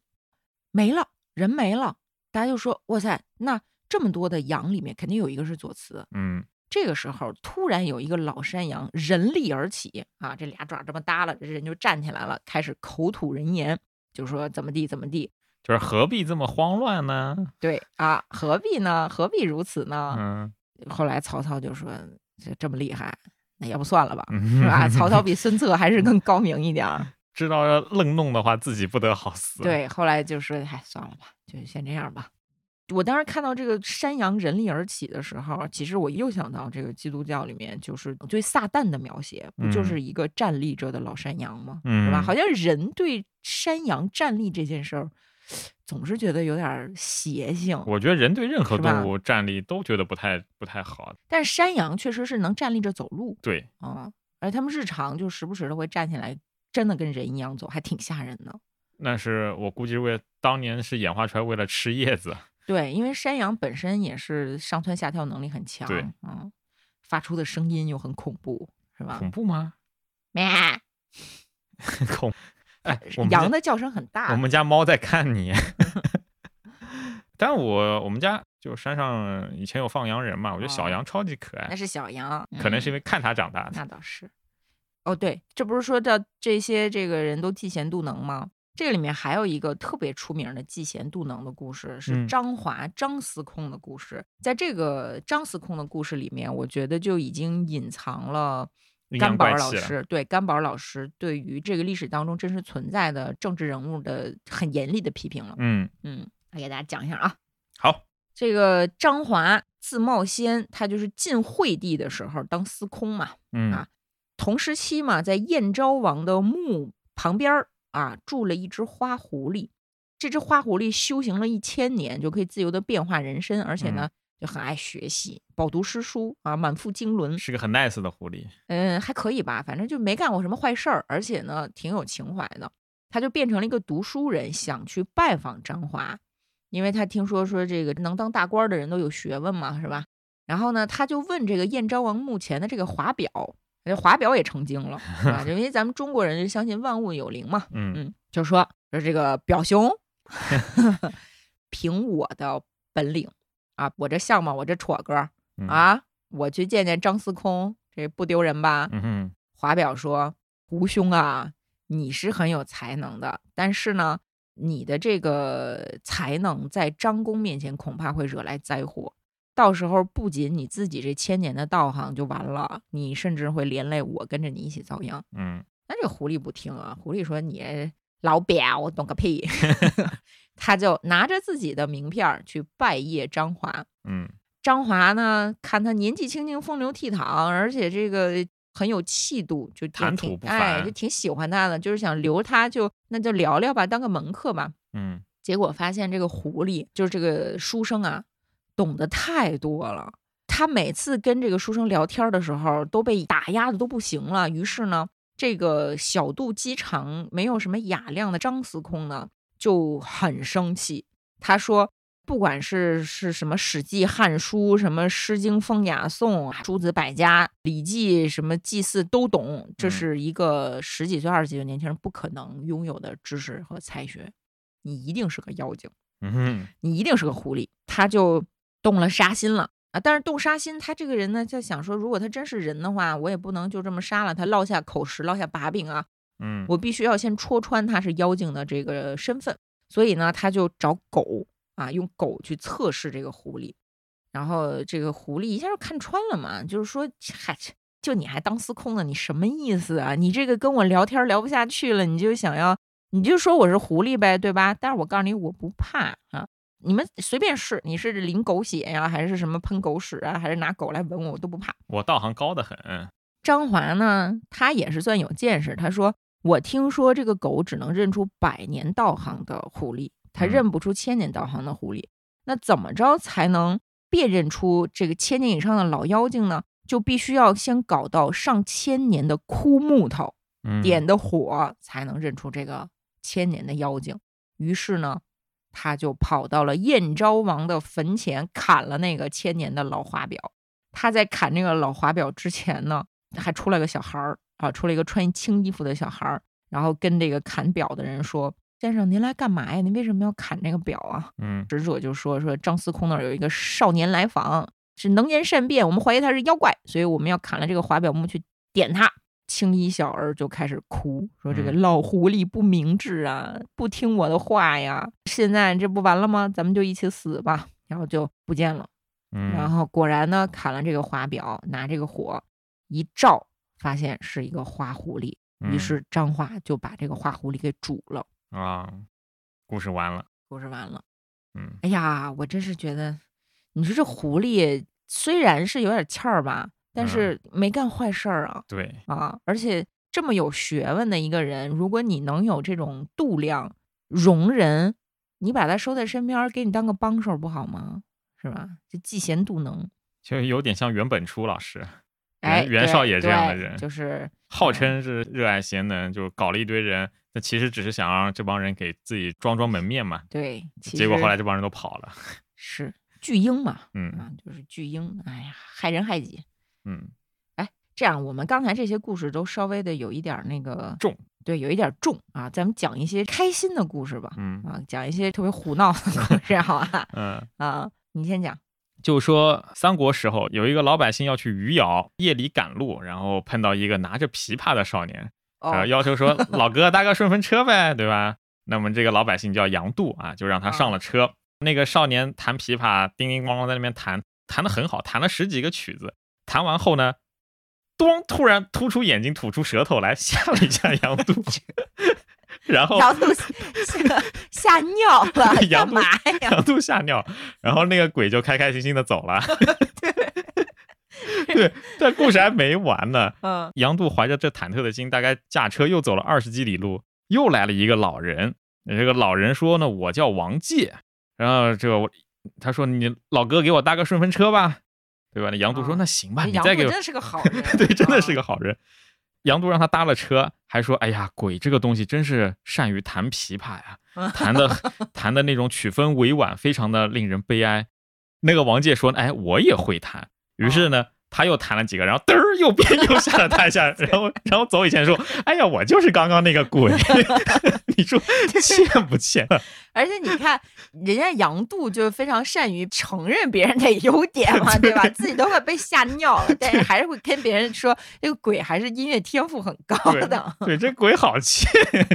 Speaker 1: 没了人没了。大家就说：“哇塞，那这么多的羊里面，肯定有一个是左慈。”
Speaker 2: 嗯
Speaker 1: 这个时候，突然有一个老山羊人立而起啊，这俩爪这么耷拉，这人就站起来了，开始口吐人言，就说怎么地怎么地。
Speaker 2: 就是何必这么慌乱呢？
Speaker 1: 对啊，何必呢？何必如此呢？
Speaker 2: 嗯，
Speaker 1: 后来曹操就说：“这这么厉害，那要不算了吧，
Speaker 2: 是
Speaker 1: 是吧？” 曹操比孙策还是更高明一点儿。
Speaker 2: 知道要愣弄的话，自己不得好死。，
Speaker 1: 对，后来就说：“哎，算了吧，就先这样吧。”我当时看到这个山羊人立而起的时候，其实我又想到这个基督教里面就是对撒旦的描写，不就
Speaker 2: 嗯
Speaker 1: 是一个站立着的老山羊吗？是
Speaker 2: 嗯，
Speaker 1: 吧？好像人对山羊站立这件事儿，总是觉得有点儿邪性。
Speaker 2: 我觉得人对任何
Speaker 1: 是吧
Speaker 2: 动物站立都觉得不太不太好。
Speaker 1: 但是山羊确实是能站立着走路
Speaker 2: 对，
Speaker 1: 啊、而他们日常就时不时的会站起来，真的跟人一样走，还挺吓人的。
Speaker 2: 那是我估计是为了当年是演化出来为了吃叶子。
Speaker 1: 对，因为山羊本身也是上蹿下跳能力很强，
Speaker 2: 对
Speaker 1: 嗯，发出的声音又很恐怖，是吧？
Speaker 2: 恐怖吗？
Speaker 1: 咩，
Speaker 2: 恐，哎，我们
Speaker 1: 羊
Speaker 2: 家
Speaker 1: 的叫声很大，
Speaker 2: 我们家猫在 看你。但我我们家就山上以前有放羊人嘛，我觉得小
Speaker 1: 哦
Speaker 2: 羊超级可爱
Speaker 1: 那，是小羊，
Speaker 2: 可能是
Speaker 1: 嗯
Speaker 2: 因为看它长大的。
Speaker 1: 那倒是。哦，对，这不是说到这些这个人都嫉贤妒能吗？这个里面还有一个特别出名的嫉贤妒能的故事，是
Speaker 2: 嗯
Speaker 1: 张华、张司空的故事。在这个张司空的故事里面，我觉得就已经隐藏了
Speaker 2: 阴
Speaker 1: 甘
Speaker 2: 阳
Speaker 1: 宝
Speaker 2: 怪
Speaker 1: 儿老
Speaker 2: 气了
Speaker 1: 师对甘宝儿老师对于这个历史当中真实存在的政治人物的很严厉的批评了。
Speaker 2: 嗯，
Speaker 1: 嗯，来给大家讲一下啊。
Speaker 2: 好，
Speaker 1: 这个张华字茂先，他就是晋惠帝的时候当司空嘛，
Speaker 2: 嗯
Speaker 1: 啊同时期嘛，在燕昭王的墓旁边儿啊，住了一只花狐狸。这只花狐狸修行了一千年，就可以自由的变化人身，而且呢，就很爱学习，饱读诗书啊，满腹经纶。
Speaker 2: 是个很 nice 的狐狸。
Speaker 1: 嗯，还可以吧，反正就没干过什么坏事儿，而且呢，挺有情怀的。他就变成了一个读书人，想去拜访张华，因为他听说说这个能当大官儿的人都有学问嘛，是吧？然后呢，他就问这个燕昭王墓前的这个华表，这华表也成精了，是吧？因为咱们中国人就相信万物有灵嘛，
Speaker 2: 嗯
Speaker 1: 嗯，就说说这个表兄，凭我的本领啊，我这相貌，我这戳哥儿
Speaker 2: 嗯，
Speaker 1: 啊，我去见见张司空，这不丢人吧？
Speaker 2: 嗯哼，
Speaker 1: 华表说：“胡兄啊，你是很有才能的，但是呢，你的这个才能在张公面前恐怕会惹来灾祸。到时候不仅你自己这千年的道行就完了，你甚至会连累我跟着你一起遭殃。”
Speaker 2: 嗯
Speaker 1: 那这狐狸不听啊，狐狸说：“你老表，我懂个屁。” 他就拿着自己的名片儿去拜谒张华。
Speaker 2: 嗯
Speaker 1: 张华呢，看他年纪轻轻、风流倜傥，而且这个很有气度，就就
Speaker 2: 谈
Speaker 1: 挺
Speaker 2: 吐不
Speaker 1: 哎，
Speaker 2: 凡
Speaker 1: 就挺喜欢他的，就是想留他就那就聊聊吧，当个门客吧。
Speaker 2: 嗯
Speaker 1: 结果发现这个狐狸，就是这个书生啊，懂得太多了。他每次跟这个书生聊天的时候，都被打压的都不行了。于是呢，这个小肚鸡肠、没有什么雅量的张司空呢，就很生气。他说，不管是是什么《史记》《汉书》、什么《诗经》《风雅颂》、诸子百家、《礼记》什么祭祀都懂，这
Speaker 2: 嗯
Speaker 1: 是一个十几岁、二十几岁年轻人不可能拥有的知识和才学。你一定是个妖精，
Speaker 2: 嗯哼，
Speaker 1: 你一定是个狐狸。他就动了杀心了啊！但是动杀心，他这个人呢，就想说，如果他真是人的话，我也不能就这么杀了他，落下口实，落下把柄啊！
Speaker 2: 嗯，
Speaker 1: 我必须要先戳穿他是妖精的这个身份。所以呢，他就找狗啊，用狗去测试这个狐狸，然后这个狐狸一下就看穿了嘛，就是说，嗨。就你还当司空呢？你什么意思啊？你这个跟我聊天聊不下去了，你就想要你就说我是狐狸呗，对吧？但是我告诉你，我不怕啊！你们随便试，你是淋狗血呀、还是什么喷狗屎啊，还是拿狗来闻我，我都不怕。
Speaker 2: 我道行高得很。
Speaker 1: 张华呢，他也是算有见识，他说我听说这个狗只能认出百年道行的狐狸，它
Speaker 2: 嗯
Speaker 1: 认不出千年道行的狐狸。那怎么着才能辨认出这个千年以上的老妖精呢？就必须要先搞到上千年的枯木头，
Speaker 2: 嗯
Speaker 1: 点的火，才能认出这个千年的妖精。于是呢，他就跑到了燕昭王的坟前，砍了那个千年的老华表。他在砍这个老华表之前呢，还出来个小孩儿啊，出来一个穿青衣服的小孩儿，然后跟这个砍表的人说：“先生，您来干嘛呀？您为什么要砍这个表啊？”
Speaker 2: 嗯
Speaker 1: 使者就说说张司空那儿有一个少年来访，是能言善辩，我们怀疑他是妖怪，所以我们要砍了这个华表木去点他。青衣小儿就开始哭，说这个
Speaker 2: 嗯
Speaker 1: 老狐狸不明智啊，不听我的话呀，现在这不完了吗？咱们就一起死吧。然后就不见了。
Speaker 2: 嗯，
Speaker 1: 然后果然呢，砍了这个华表，拿这个火一照，发现是一个花狐狸。于
Speaker 2: 嗯
Speaker 1: 是张化就把这个花狐狸给煮了。
Speaker 2: 啊，故事完了，
Speaker 1: 故事完了。
Speaker 2: 嗯
Speaker 1: 哎呀，我真是觉得，你说这狐狸虽然是有点欠儿吧，但
Speaker 2: 嗯
Speaker 1: 是没干坏事儿啊、
Speaker 2: 对，
Speaker 1: 啊！而且这么有学问的一个人，如果你能有这种度量、容人，你把他收在身边儿，给你当个帮手，不好吗？是吧？这嫉贤妒能，
Speaker 2: 就有点像袁本初老师，
Speaker 1: 哎，
Speaker 2: 袁袁
Speaker 1: 对
Speaker 2: 绍也这样的
Speaker 1: 对
Speaker 2: 人
Speaker 1: 就是
Speaker 2: 号称是热爱贤能，就搞了一堆人，那其实只是想让这帮人给自己装装门面嘛。
Speaker 1: 对。其
Speaker 2: 结果
Speaker 1: 实
Speaker 2: 后来这帮人都跑了，
Speaker 1: 是巨婴嘛，
Speaker 2: 嗯
Speaker 1: 啊，就是巨婴，哎呀，害人害己。
Speaker 2: 嗯
Speaker 1: 这样，我们刚才这些故事都稍微的有一点儿那个
Speaker 2: 重，
Speaker 1: 对，有一点儿重啊。咱们讲一些开心的故事吧，
Speaker 2: 嗯
Speaker 1: 啊，讲一些特别胡闹的故事，好吧？
Speaker 2: 嗯，
Speaker 1: 啊，你先讲。
Speaker 2: 就说三国时候有一个老百姓要去余姚，夜里赶路，然后碰到一个拿着琵琶的少年，
Speaker 1: 哦，
Speaker 2: 啊 然后呃要求说老哥搭个顺风车呗，对吧？那么这个老百姓叫杨度啊，就让他上了车。那个少年弹琵琶，叮叮咣咣在那边弹，弹得很好，弹了十几个曲子。弹完后呢，咚，突然突出眼睛，吐出舌头来，吓了一下杨度，然后，
Speaker 1: 然后都吓吓尿了
Speaker 2: 羊
Speaker 1: 干
Speaker 2: 肚
Speaker 1: 嘛呀？
Speaker 2: 杨度吓尿，然后那个鬼就开开心心的走了。 对，这故事还没完呢。
Speaker 1: 嗯，
Speaker 2: 杨度怀着这忐忑的心，大概驾车又走了二十几里路，又来了一个老人。这个老人说呢：“我叫王介。”然后这个我他说：“你老哥给我搭个顺风车吧，对吧？”那杨度说：“
Speaker 1: 啊
Speaker 2: 那行吧，
Speaker 1: 这
Speaker 2: 你
Speaker 1: 杨
Speaker 2: 再
Speaker 1: 度
Speaker 2: 给我，”
Speaker 1: 真。的是个好人 啊
Speaker 2: 对，真的是
Speaker 1: 个
Speaker 2: 个好人。杨度让他搭了车，还说：“哎呀，鬼这个东西真是善于弹琵琶呀， 弹的弹的那种曲风委婉，非常的令人悲哀。”那个王介说：“哎，我也会弹。”于是
Speaker 1: 啊
Speaker 2: 呢，他又弹了几个，然后嘚儿又变又吓了他一下，然后然后走以前说：“哎呀，我就是刚刚那个鬼。” 你说欠不欠？
Speaker 1: 而且你看，人家杨度就非常善于承认别人的 优点嘛，对吧？自己都快被吓尿了，但是还是会跟别人说，这个鬼还是音乐天赋很高
Speaker 2: 对
Speaker 1: 的。
Speaker 2: 对，这鬼好欠。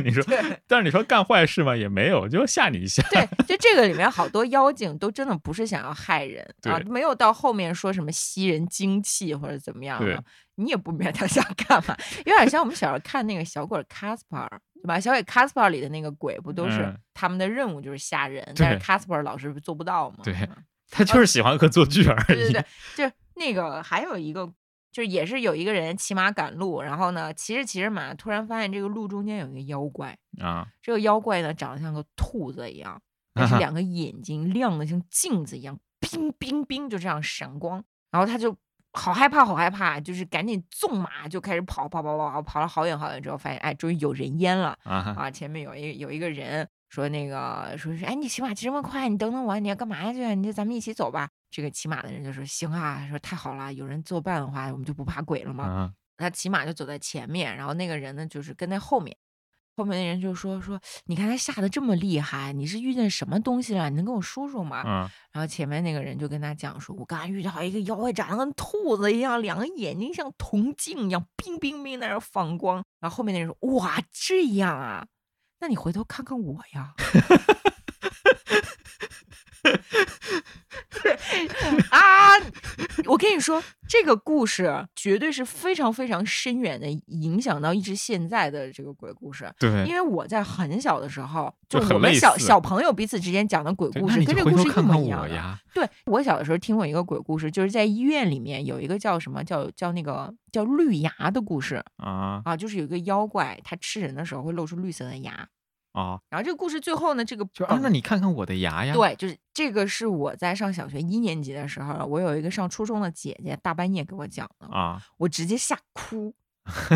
Speaker 2: 你说，
Speaker 1: 对
Speaker 2: 但是你说干坏事嘛，也没有，就吓你一下。
Speaker 1: 对，就这个里面好多妖精都真的不是想要害人啊，
Speaker 2: 对
Speaker 1: 没有到后面说什么吸人精气或者怎么样
Speaker 2: 对
Speaker 1: 啊，你也不明白他 想干嘛，有点像我们小时候看那个小鬼卡斯帕尔，对吧？小鬼卡斯帕尔里的那个鬼不都是
Speaker 2: 嗯
Speaker 1: 他们的任务就是吓人，但是
Speaker 2: 对
Speaker 1: 卡斯帕尔老师做不到嘛？
Speaker 2: 对
Speaker 1: 嗯
Speaker 2: 他就是喜欢恶作剧而
Speaker 1: 对
Speaker 2: 已。
Speaker 1: 对 对，就是那个还有一个，就是也是有一个人骑马赶路，然后呢骑着骑着马，突然发现这个路中间有一个妖怪，
Speaker 2: 啊，
Speaker 1: 这个妖怪呢长得像个兔子一样，但
Speaker 2: 嗯
Speaker 1: 是两个眼睛亮的像镜子一样，冰冰冰就这样闪光，然后他就。好害怕，好害怕！就是赶紧纵马就开始跑，跑跑跑跑，跑了好远好远之后，发现哎，终于有人烟了，
Speaker 2: 啊，
Speaker 1: 啊，前面有一有一个人说那个说是哎，你骑马骑这么快，你等等我，你要干嘛去啊？你就咱们一起走吧。这个骑马的人就说行啊，说太好了，有人作伴的话，我们就不怕鬼了嘛。
Speaker 2: 啊，
Speaker 1: 他骑马就走在前面，然后那个人呢就是跟在后面。后面的人就说说，你看他吓得这么厉害，你是遇见什么东西了？你能跟我说说吗？
Speaker 2: 嗯，
Speaker 1: 然后前面那个人就跟他讲说，我刚才遇到一个妖怪，长得跟兔子一样，两个眼睛像铜镜一样，冰冰冰在那儿放光。然后后面那人说，哇，这样啊？那你回头看看我呀。 啊！我跟你说，这个故事绝对是非常非常深远的，影响到一直现在的这个鬼故事。因
Speaker 2: 对，
Speaker 1: 为我在很小的时候，
Speaker 2: 就
Speaker 1: 就是
Speaker 2: 很
Speaker 1: 我们
Speaker 2: 类
Speaker 1: 小
Speaker 2: 似
Speaker 1: 小朋友彼此之间讲的鬼
Speaker 2: 对
Speaker 1: 故
Speaker 2: 那
Speaker 1: 事，
Speaker 2: 你
Speaker 1: 跟
Speaker 2: 就
Speaker 1: 这
Speaker 2: 回
Speaker 1: 故
Speaker 2: 头
Speaker 1: 事一
Speaker 2: 看看
Speaker 1: 模一样
Speaker 2: 我
Speaker 1: 的。
Speaker 2: 呀，
Speaker 1: 对我小的时候听过一个鬼故事，就是在医院里面有一个叫什么叫叫那个叫绿牙的故事
Speaker 2: 啊
Speaker 1: 啊，就是有一个妖怪，它吃人的时候会露出绿色的牙。
Speaker 2: 啊，
Speaker 1: 然后这个故事最后呢，这个
Speaker 2: 就啊，
Speaker 1: 本
Speaker 2: 那你看看我的牙呀，
Speaker 1: 嗯对，就是这个是我在上小学一年级的时候，我有一个上初中的姐姐，大半夜给我讲的，
Speaker 2: 啊，
Speaker 1: 我直接吓哭。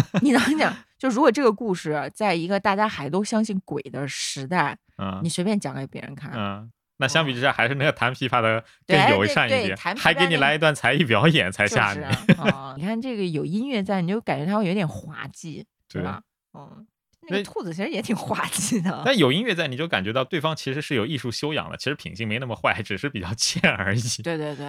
Speaker 1: 你能讲，就如果这个故事在一个大家还都相信鬼的时代，
Speaker 2: 嗯
Speaker 1: 你随便讲给别人看，
Speaker 2: 嗯。那相比之下，还是那个弹琵琶的
Speaker 1: 对哎
Speaker 2: 更友
Speaker 1: 对
Speaker 2: 善一
Speaker 1: 对
Speaker 2: 点，
Speaker 1: 弹琵
Speaker 2: 还
Speaker 1: 琶
Speaker 2: 给你
Speaker 1: 那
Speaker 2: 来一段才艺表演才
Speaker 1: 就是
Speaker 2: 吓你。
Speaker 1: 啊、你看这个有音乐在，你就感觉它会有点滑稽，是
Speaker 2: 对
Speaker 1: 吧？嗯，那
Speaker 2: 那
Speaker 1: 个兔子其实也挺滑稽的。
Speaker 2: 但有音乐在，你就感觉到对方其实是有艺术修养的，其实品性没那么坏，只是比较 欠而已。
Speaker 1: 对对对，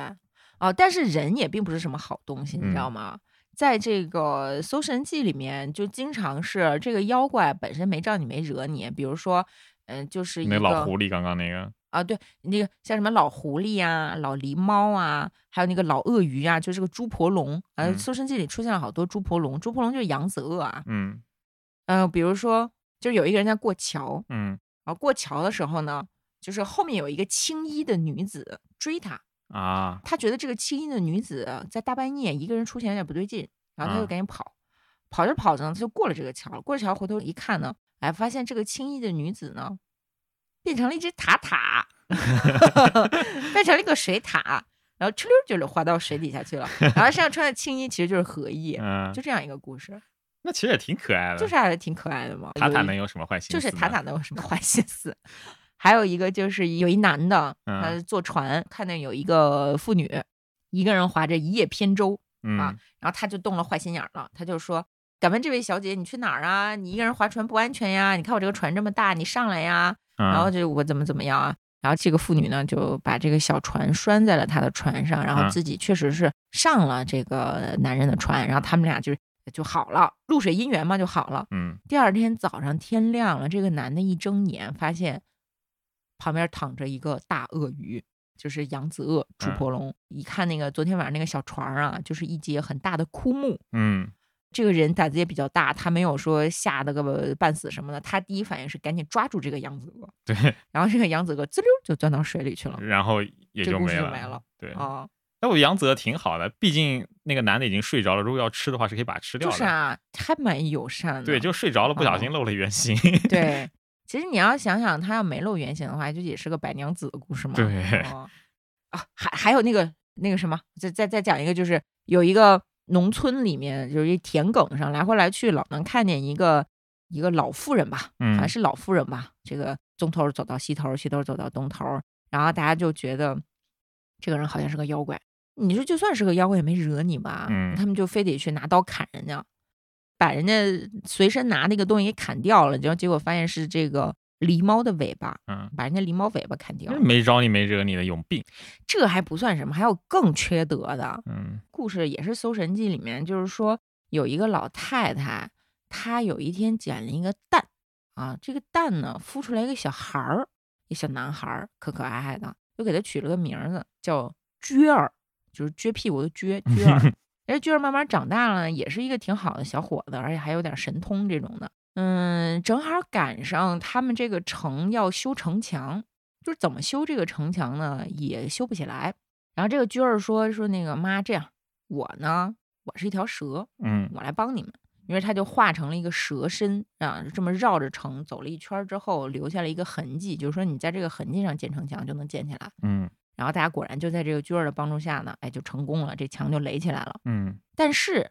Speaker 1: 哦，但是人也并不是什么好东西，你知
Speaker 2: 嗯
Speaker 1: 道吗？在这个《搜神记》里面，就经常是这个妖怪本身没仗你没惹你，比如说，嗯、就是一
Speaker 2: 那
Speaker 1: 个
Speaker 2: 老狐狸刚刚那个，
Speaker 1: 啊，对，那个像什么老狐狸啊、老狸猫啊，还有那个老鳄鱼啊，就是个猪婆龙。呃，
Speaker 2: 嗯
Speaker 1: 《搜神记》里出现了好多猪婆龙，猪婆龙就是扬子鳄啊。
Speaker 2: 嗯
Speaker 1: 嗯、比如说，就是有一个人在过桥，
Speaker 2: 嗯
Speaker 1: 然后过桥的时候呢，就是后面有一个青衣的女子追他，
Speaker 2: 啊，
Speaker 1: 他觉得这个青衣的女子啊在大半夜一个人出现有点不对劲，然后他就
Speaker 2: 啊
Speaker 1: 赶紧跑，跑着跑着呢，他就过了这个桥了，过了桥回头一看呢，哎，发现这个青衣的女子呢，变成了一只塔塔， 变成了一个水塔，然后哧溜就滑到水底下去了，然后身上穿的青衣其实就是荷叶，
Speaker 2: 嗯
Speaker 1: 就，这样一个故事，
Speaker 2: 那其实也挺可爱的。
Speaker 1: 就是还挺可爱的嘛。
Speaker 2: 塔
Speaker 1: 有
Speaker 2: 塔
Speaker 1: 一
Speaker 2: 能有什么坏心
Speaker 1: 就
Speaker 2: 思
Speaker 1: 是
Speaker 2: 呢？
Speaker 1: 塔塔能有什么坏 心思？还有一个就是有一男的，
Speaker 2: 嗯
Speaker 1: 他坐船看见有一个妇女，一个人划着一叶扁舟，啊
Speaker 2: 嗯
Speaker 1: 然后他就动了坏心眼儿了，他就说：“敢问这位小姐，你去哪儿啊？你一个人划船不安全呀？你看我这个船这么大，你上来呀！”然后
Speaker 2: 嗯
Speaker 1: 就我怎么怎么样啊？然后这个妇女呢，就把这个小船拴在了他的船上，然后
Speaker 2: 嗯
Speaker 1: 自己确实是上了这个男人的船，然后他们俩就就好了，露水姻缘嘛，就好了。
Speaker 2: 嗯，
Speaker 1: 第二天早上天亮了，这个男的一睁眼，发现旁边躺着一个大鳄鱼，就是扬子鳄、主
Speaker 2: 嗯
Speaker 1: 婆龙。一看那个昨天晚上那个小船儿啊，就是一截很大的枯木。
Speaker 2: 嗯
Speaker 1: 这个人胆子也比较大，他没有说吓得个半死什么的，他第一反应是赶紧抓住这个扬子鳄，
Speaker 2: 对，
Speaker 1: 然后这个扬子鳄滋溜就钻到水里去了。
Speaker 2: 然后也
Speaker 1: 啊这
Speaker 2: 就
Speaker 1: 故
Speaker 2: 没
Speaker 1: 事就
Speaker 2: 了。
Speaker 1: 没了
Speaker 2: 对，
Speaker 1: 哦，
Speaker 2: 那我杨泽挺好的，毕竟那个男的已经睡着了，如果要吃的话是可以把它吃掉
Speaker 1: 就
Speaker 2: 的。
Speaker 1: 是啊，还蛮友善的。
Speaker 2: 对，就睡着了，不小心
Speaker 1: 哦
Speaker 2: 露了原 形。
Speaker 1: 对。其实你要想想，他要没露原形的话，就也是个白娘子的故事嘛。
Speaker 2: 对
Speaker 1: 哦、啊，还还有那个那个什么，再再再讲一个，就是有一个农村里面，就是一田埂上来回来去，老能看见一个一个老妇人吧，好像
Speaker 2: 嗯
Speaker 1: 是老妇人吧，这个东头走到西头，西头走到东头，然后大家就觉得这个人好像是个妖怪。你说就算是个妖怪也没惹你吧，
Speaker 2: 嗯
Speaker 1: 他们就非得去拿刀砍人家，把人家随身拿那个东西给砍掉了，然后结果发现是这个狸猫的尾巴，
Speaker 2: 嗯，
Speaker 1: 把人家狸猫尾巴砍掉了。
Speaker 2: 没招你没惹你的，有病。
Speaker 1: 这还不算什么，还有更缺德的
Speaker 2: 嗯
Speaker 1: 故事，也是《搜神记》里面，就是说有一个老太太，她有一天捡了一个蛋啊，这个蛋呢孵出来一个小孩儿，一小男孩儿，可可爱爱的，就给他取了个名儿字叫撅儿，就是撅屁股的撅撅儿。而撅儿慢慢长大了，也是一个挺好的小伙子，而且还有点神通这种的。嗯，正好赶上他们这个城要修城墙，就是怎么修这个城墙呢，也修不起来。然后这个撅儿说说那个妈，这样我呢，我是一条蛇，
Speaker 2: 嗯
Speaker 1: 我来帮你们。于是他就化成了一个蛇身啊，这么绕着城走了一圈儿之后，留下了一个痕迹，就是说你在这个痕迹上建城墙就能建起来。
Speaker 2: 嗯
Speaker 1: 然后大家果然就在这个撅儿的帮助下呢，哎，就成功了，这墙就垒起来了。
Speaker 2: 嗯
Speaker 1: 但是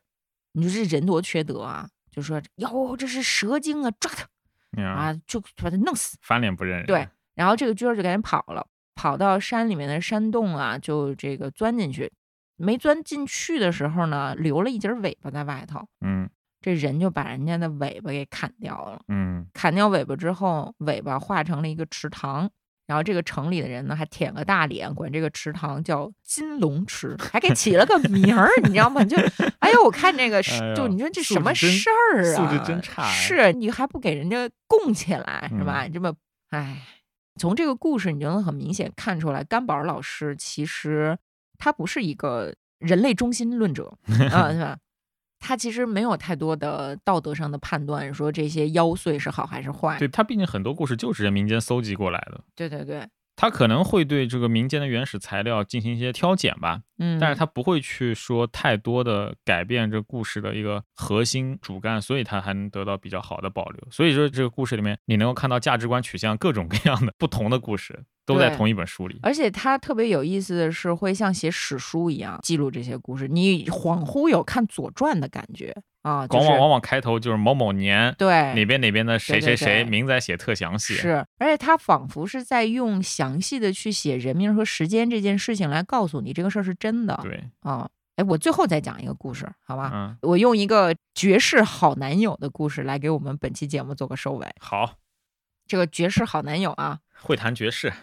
Speaker 1: 你说这人多缺德啊，就说哟，这是蛇精啊，抓他
Speaker 2: 啊，
Speaker 1: 啊，就把他弄死。
Speaker 2: 翻脸不认人。
Speaker 1: 对，然后这个撅儿就赶紧跑了，跑到山里面的山洞啊，就这个钻进去。没钻进去的时候呢，留了一截儿尾巴在外头，
Speaker 2: 嗯
Speaker 1: 这人就把人家的尾巴给砍掉了。
Speaker 2: 嗯
Speaker 1: 砍掉尾巴之后，尾巴化成了一个池塘。然后这个城里的人呢，还舔个大脸，管这个池塘叫金龙池，还给起了个名儿，你知道吗？就，哎呦，我看这个是，
Speaker 2: 哎
Speaker 1: 就
Speaker 2: 呦
Speaker 1: 你说这
Speaker 2: 素
Speaker 1: 什么
Speaker 2: 质真
Speaker 1: 事儿啊？
Speaker 2: 素质真差哎嗯
Speaker 1: 是你还不给人家供起来是吧？你这么，哎，从这个故事，你就能很明显看出来，甘宝儿老师其实他不是一个人类中心论者 啊，对吧？他其实没有太多的道德上的判断，说这些妖祟是好还是坏。
Speaker 2: 对他，毕竟很多故事就是人民间搜集过来的，
Speaker 1: 对对对，
Speaker 2: 他可能会对这个民间的原始材料进行一些挑拣吧，
Speaker 1: 嗯，
Speaker 2: 但是他不会去说太多的改变这故事的一个核心主干，所以他还能得到比较好的保留。所以说这个故事里面，你能够看到价值观取向各种各样的不同的故事，都在
Speaker 1: 对
Speaker 2: 同一本书里。
Speaker 1: 而且他特别有意思的是，会像写史书一样记录这些故事，你恍惚有看《左传》的感觉啊，就
Speaker 2: 往
Speaker 1: 是
Speaker 2: 往往往开头就是某某年
Speaker 1: 对
Speaker 2: 哪边哪边的谁
Speaker 1: 对对
Speaker 2: 谁谁
Speaker 1: 对
Speaker 2: 名字还写特详细，
Speaker 1: 是，而且他仿佛是在用详细的去写人名和时间这件事情来告诉你这个事儿是真的
Speaker 2: 对，
Speaker 1: 啊。哎，我最后再讲一个故事，好吧？
Speaker 2: 嗯，
Speaker 1: 我用一个绝世好男友的故事来给我们本期节目做个收尾。
Speaker 2: 好，
Speaker 1: 这个绝世好男友啊，
Speaker 2: 会谈爵士，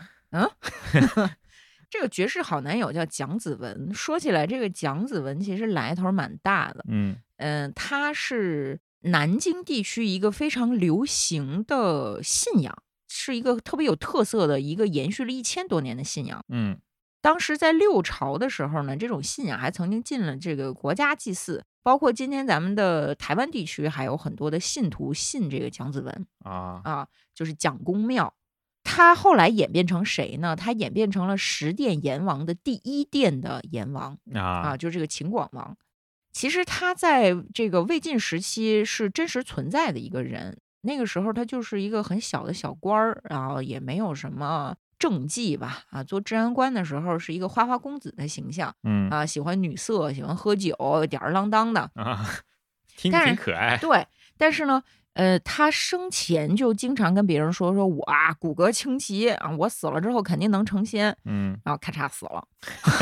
Speaker 1: 这个绝世好男友叫蒋子文。说起来，这个蒋子文其实来头儿蛮大的。
Speaker 2: 嗯
Speaker 1: 嗯，它是南京地区一个非常流行的信仰，是一个特别有特色的一个延续了一千多年的信仰。
Speaker 2: 嗯
Speaker 1: 当时在六朝的时候呢，这种信仰还曾经进了这个国家祭祀，包括今天咱们的台湾地区还有很多的信徒信这个蒋子文
Speaker 2: 啊，
Speaker 1: 啊，就是蒋公庙。他后来演变成谁呢？他演变成了十殿阎王的第一殿的阎王。
Speaker 2: 啊
Speaker 1: 啊，，就是这个秦广王。其实他在这个魏晋时期是真实存在的一个人，那个时候他就是一个很小的小官儿，然后也没有什么政绩吧，啊，做治安官的时候是一个花花公子的形象
Speaker 2: 嗯
Speaker 1: 啊，喜欢女色，喜欢喝酒，吊儿郎当的。
Speaker 2: 啊，挺
Speaker 1: 但
Speaker 2: 挺
Speaker 1: 是
Speaker 2: 可爱，
Speaker 1: 对，但是呢，呃，他生前就经常跟别人说，说我啊骨骼清奇啊，我死了之后肯定能成仙，
Speaker 2: 嗯，
Speaker 1: 然后咔嚓死了，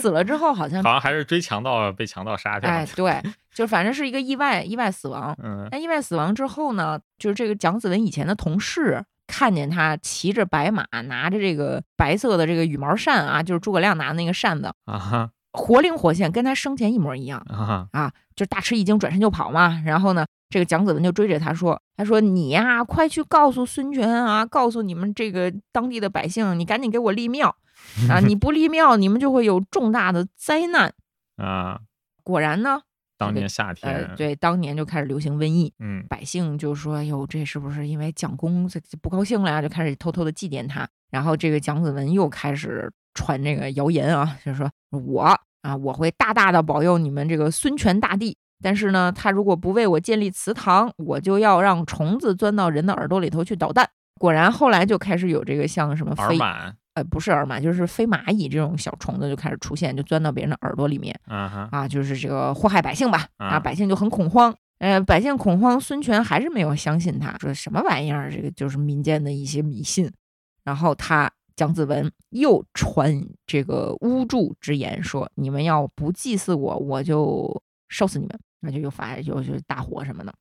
Speaker 1: 死了之后好像
Speaker 2: 好像还是追强盗被强盗杀
Speaker 1: 嗯
Speaker 2: 掉
Speaker 1: 哎
Speaker 2: 了，，
Speaker 1: 对，就反正是一个意外意外死亡。
Speaker 2: 嗯
Speaker 1: 那意外死亡之后呢，就是这个蒋子文以前的同事看见他骑着白马，拿着这个白色的这个羽毛扇啊，就是诸葛亮拿的那个扇子，
Speaker 2: 啊哈
Speaker 1: 活灵活现，跟他生前一模一样
Speaker 2: 啊哈，
Speaker 1: 啊，就大吃一惊，转身就跑嘛。然后呢，这个蒋子文就追着他说：“他说你呀、快去告诉孙权啊，告诉你们这个当地的百姓，你赶紧给我立庙啊！你不立庙，你们就会有重大的灾难。”
Speaker 2: 啊，
Speaker 1: 果然呢，
Speaker 2: 当
Speaker 1: 这个
Speaker 2: 年夏
Speaker 1: 呃，
Speaker 2: 天，
Speaker 1: 对，当年就开始流行瘟疫，
Speaker 2: 嗯
Speaker 1: 百姓就说：“哎呦，这是不是因为蒋公这这不高兴了呀？”就开始偷偷的祭奠他。然后这个蒋子文又开始传这个谣言啊，就是说我啊，我会大大的保佑你们这个孙权大帝。但是呢，他如果不为我建立祠堂，我就要让虫子钻到人的耳朵里头去捣蛋。果然，后来就开始有这个像什么
Speaker 2: 耳
Speaker 1: 飞
Speaker 2: 螨，
Speaker 1: 呃不是耳螨，就是飞蚂蚁这种小虫子就开始出现，就钻到别人的耳朵里面。
Speaker 2: 啊哈，
Speaker 1: 啊，就是这个祸害百姓吧，
Speaker 2: 啊
Speaker 1: 啊，百姓就很恐慌。呃，百姓恐慌，孙权还是没有相信他，说什么玩意儿，这个就是民间的一些迷信。然后他蒋子文又传这个巫祝之言，说你们要不祭祀我，我就烧死你们，那就又发又就大火什么的。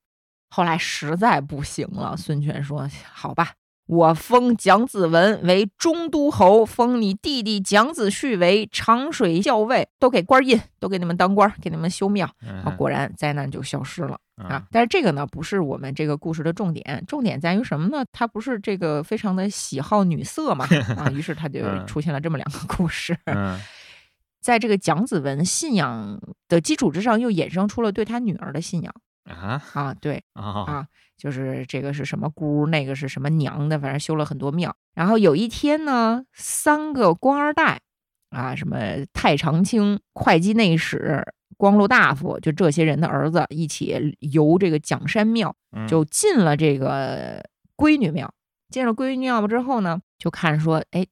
Speaker 1: 后来实在不行了，孙权说：“好吧，我封蒋子文为中都侯，封你弟弟蒋子胥为长水校尉，都给官印，都给你们当官，给你们修庙。
Speaker 2: 嗯
Speaker 1: 啊，果然灾难就消失了
Speaker 2: 哼
Speaker 1: 啊！但是这个呢，不是我们这个故事的重点，重点在于什么呢？他不是这个非常的喜好女色嘛 啊，于是他就
Speaker 2: 嗯
Speaker 1: 出现了这么两个 故事。
Speaker 2: 嗯
Speaker 1: 在这个蒋子文信仰的基础之上，又衍生出了对他女儿的信仰
Speaker 2: 啊
Speaker 1: 啊，对，
Speaker 2: 啊
Speaker 1: 啊就是这个是什么姑，那个是什么娘的，反正修了很多庙。然后有一天呢，三个官二代啊，什么太常卿、会稽内史、光禄大夫，就这些人的儿子一起游这个蒋山庙，
Speaker 2: 嗯
Speaker 1: 就进了这个闺女庙。进了闺女庙之后呢，就看说，哎，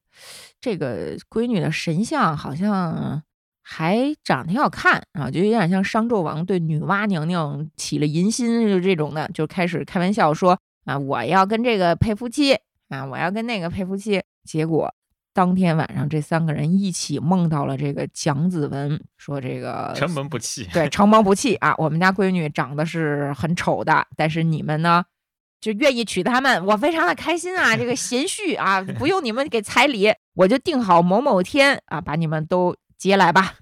Speaker 1: 这个闺女的神像好像还长得挺好看啊，就有点像商纣王对女娲娘娘起了淫心，就这种的，就开始开玩笑说啊，我要跟这个配夫妻啊，我要跟那个配夫妻。结果当天晚上，这三个人一起梦到了这个蒋子文，说这个
Speaker 2: 城门 不弃，
Speaker 1: 对，承蒙不弃啊！我们家闺女长得是很丑的，但是你们呢，就愿意娶她们，我非常的开心啊！这个贤婿啊，不用你们给彩礼，我就定好某某天啊，把你们都接来吧。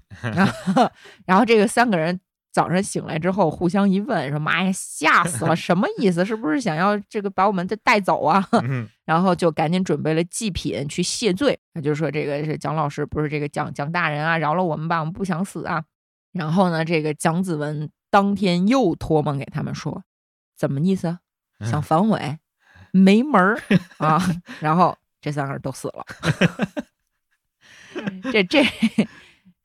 Speaker 1: 然后这个三个人早上醒来之后互相一问，说妈呀，吓死了，什么意思？是不是想要这个把我们这带走啊？
Speaker 2: 嗯，
Speaker 1: 然后就赶紧准备了祭品去谢罪，他就说这个是蒋老师，不是这个蒋蒋大人啊，饶了我们吧，我们不想死啊。然后呢，这个蒋子文当天又托梦给他们说，怎么意思啊？想反悔，没门儿啊！然后这三个人都死了。这这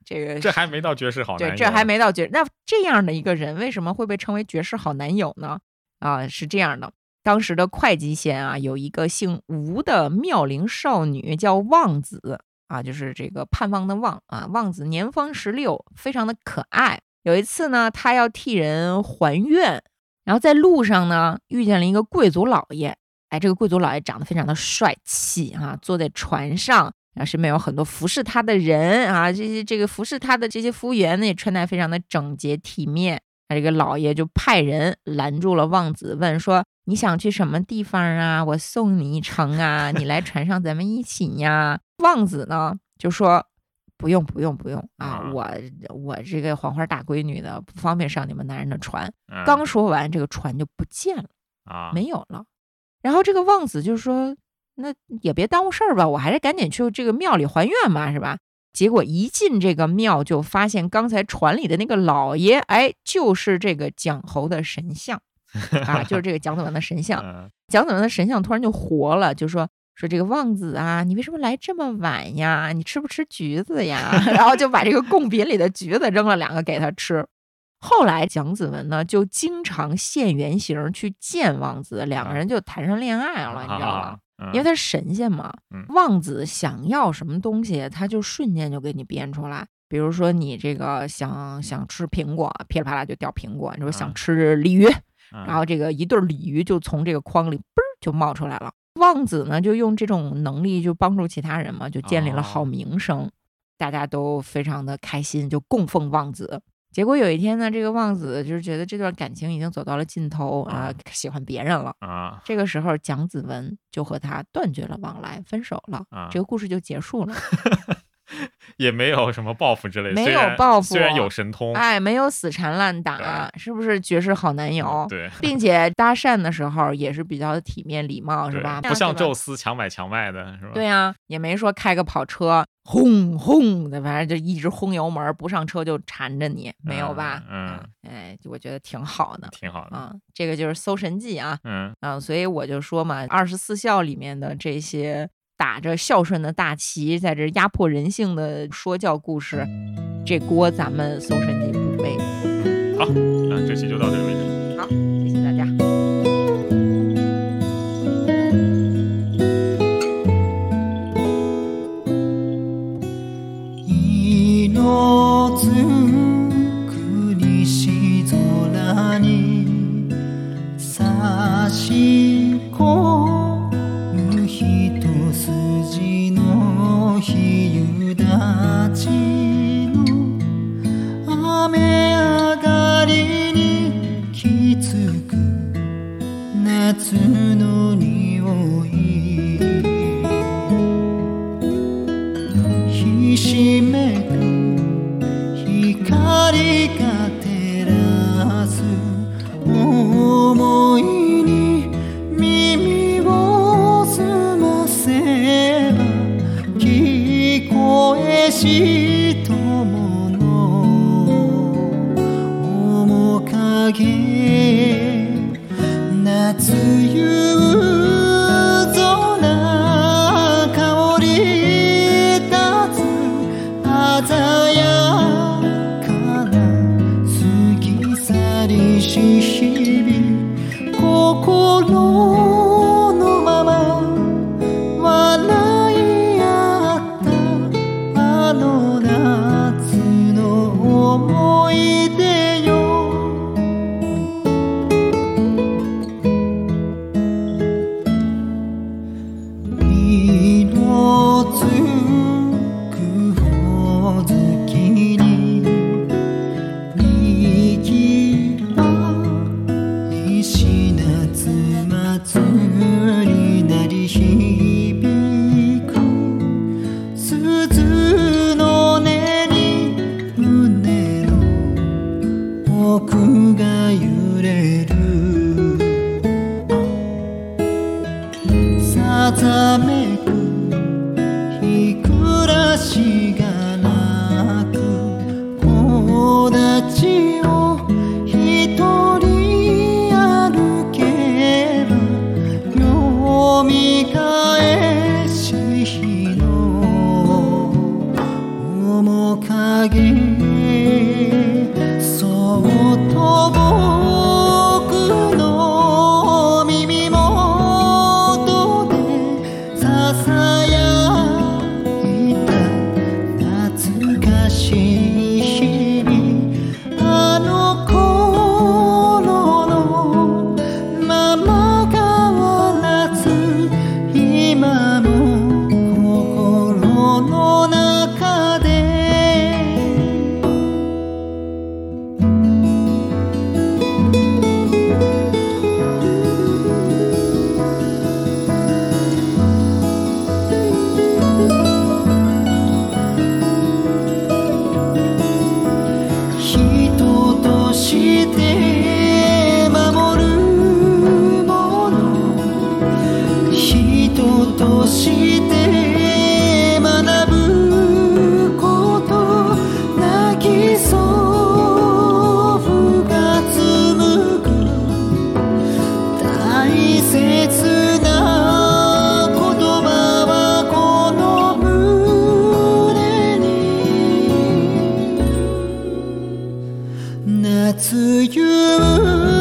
Speaker 1: 这个
Speaker 2: 这还没到绝世好男
Speaker 1: 对，
Speaker 2: 友，
Speaker 1: 这还没到绝。那这样的一个人为什么会被称为绝世好男友呢？啊，是这样的，当时的会稽县啊，有一个姓吴的妙龄少女叫望子啊，就是这个盼望的望啊，望子年方十六，非常的可爱。有一次呢，她要替人还愿，然后在路上呢遇见了一个贵族老爷，哎，这个贵族老爷长得非常的帅气啊，坐在船上，然后身边有很多服侍他的人啊，这些这个服侍他的这些服务员呢，也穿戴非常的整洁体面。那这个老爷就派人拦住了望子，问说：“你想去什么地方啊？我送你一程啊，你来船上咱们一起呀。” 望子呢就说：“不用不用不用啊
Speaker 2: 啊，
Speaker 1: 我我这个黄花大闺女的不方便上你们男人的船。”
Speaker 2: 嗯
Speaker 1: 刚说完，这个船就不见了。
Speaker 2: 啊，
Speaker 1: 没有了。然后这个望子就说：“那也别耽误事儿吧，我还是赶紧去这个庙里还愿吧，是吧？”结果一进这个庙，就发现刚才船里的那个老爷，哎，就是这个蒋侯的神 像啊，就是这个蒋子文的神像。
Speaker 2: 嗯
Speaker 1: 蒋子文的神像突然就活了，就说说这个望子啊，你为什么来这么晚呀？你吃不吃橘子呀？ 然后就把这个贡品里的橘子扔了两个给他吃。后来蒋子文呢，就经常现原形去见望子，两个人就谈上恋爱了，你知道吧？？
Speaker 2: 啊
Speaker 1: 因为他是神仙嘛
Speaker 2: 嗯，
Speaker 1: 望子想要什么东西，他就瞬间就给你编出来。比如说你这个想想吃苹果，噼里啪啦就掉苹果；你说想
Speaker 2: 嗯
Speaker 1: 吃鲤鱼，
Speaker 2: 嗯
Speaker 1: 然后这个一对儿鲤鱼就从这个筐里嘣儿就冒出来了。望子呢，就用这种能力就帮助其他人嘛，就建立了好
Speaker 2: 哦
Speaker 1: 名声，大家都非常的开心，就供奉望子。结果有一天呢，这个望子就是觉得这段感情已经走到了尽头啊、
Speaker 2: 嗯
Speaker 1: 喜欢别人了。
Speaker 2: 啊
Speaker 1: 这个时候，蒋子文就和他断绝了往来，分手了。
Speaker 2: 啊，
Speaker 1: 这个故事就结束了，
Speaker 2: 也没有什么报复之类的，
Speaker 1: 没
Speaker 2: 虽
Speaker 1: 有
Speaker 2: 然
Speaker 1: 报复
Speaker 2: 虽然有神通，
Speaker 1: 哎，没有死缠烂打，是不是绝世好男友？
Speaker 2: 哎嗯对。
Speaker 1: 并且搭讪的时候也是比较的体面礼貌，是
Speaker 2: 对
Speaker 1: 吧？
Speaker 2: 不像
Speaker 1: 这。
Speaker 2: 宙斯强买强卖的是吧？
Speaker 1: 对呀、也没说开个跑车轰轰的，反正就一直轰油门，不上车就缠着你，没有吧？
Speaker 2: 嗯
Speaker 1: 嗯，哎，我觉得挺好的
Speaker 2: 挺好的。
Speaker 1: 啊。这个就是《搜神记》啊，
Speaker 2: 嗯
Speaker 1: 啊，所以我就说嘛，二十四孝里面的这些打着孝顺的大旗，在这压迫人性的说教故事，这锅咱们《搜神记》不背。
Speaker 2: 那这期就到这里为止。
Speaker 1: 谢谢大家。
Speaker 3: 色づく西空に差し込む一筋の日夕立ちの雨上がりにきつく夏の匂いひしめく光が照らす想いに耳を澄ませば聞こえし友の面影夏夕空香り立つ鮮やかな過ぎ去りし日々心のまま笑い合ったあの夏の思い出よ色づくほおずきににぎわ僕が揺れるさざめく日暮らしがなく友達を一人歩けばよみがえし日の面影そっと僕の耳元でささやいた懐かしい日々あの頃のまま変わらず今も心の中で人として守るもの人として学ぶこと泣きそうが紡ぐ大切な言葉はこの胸に夏夕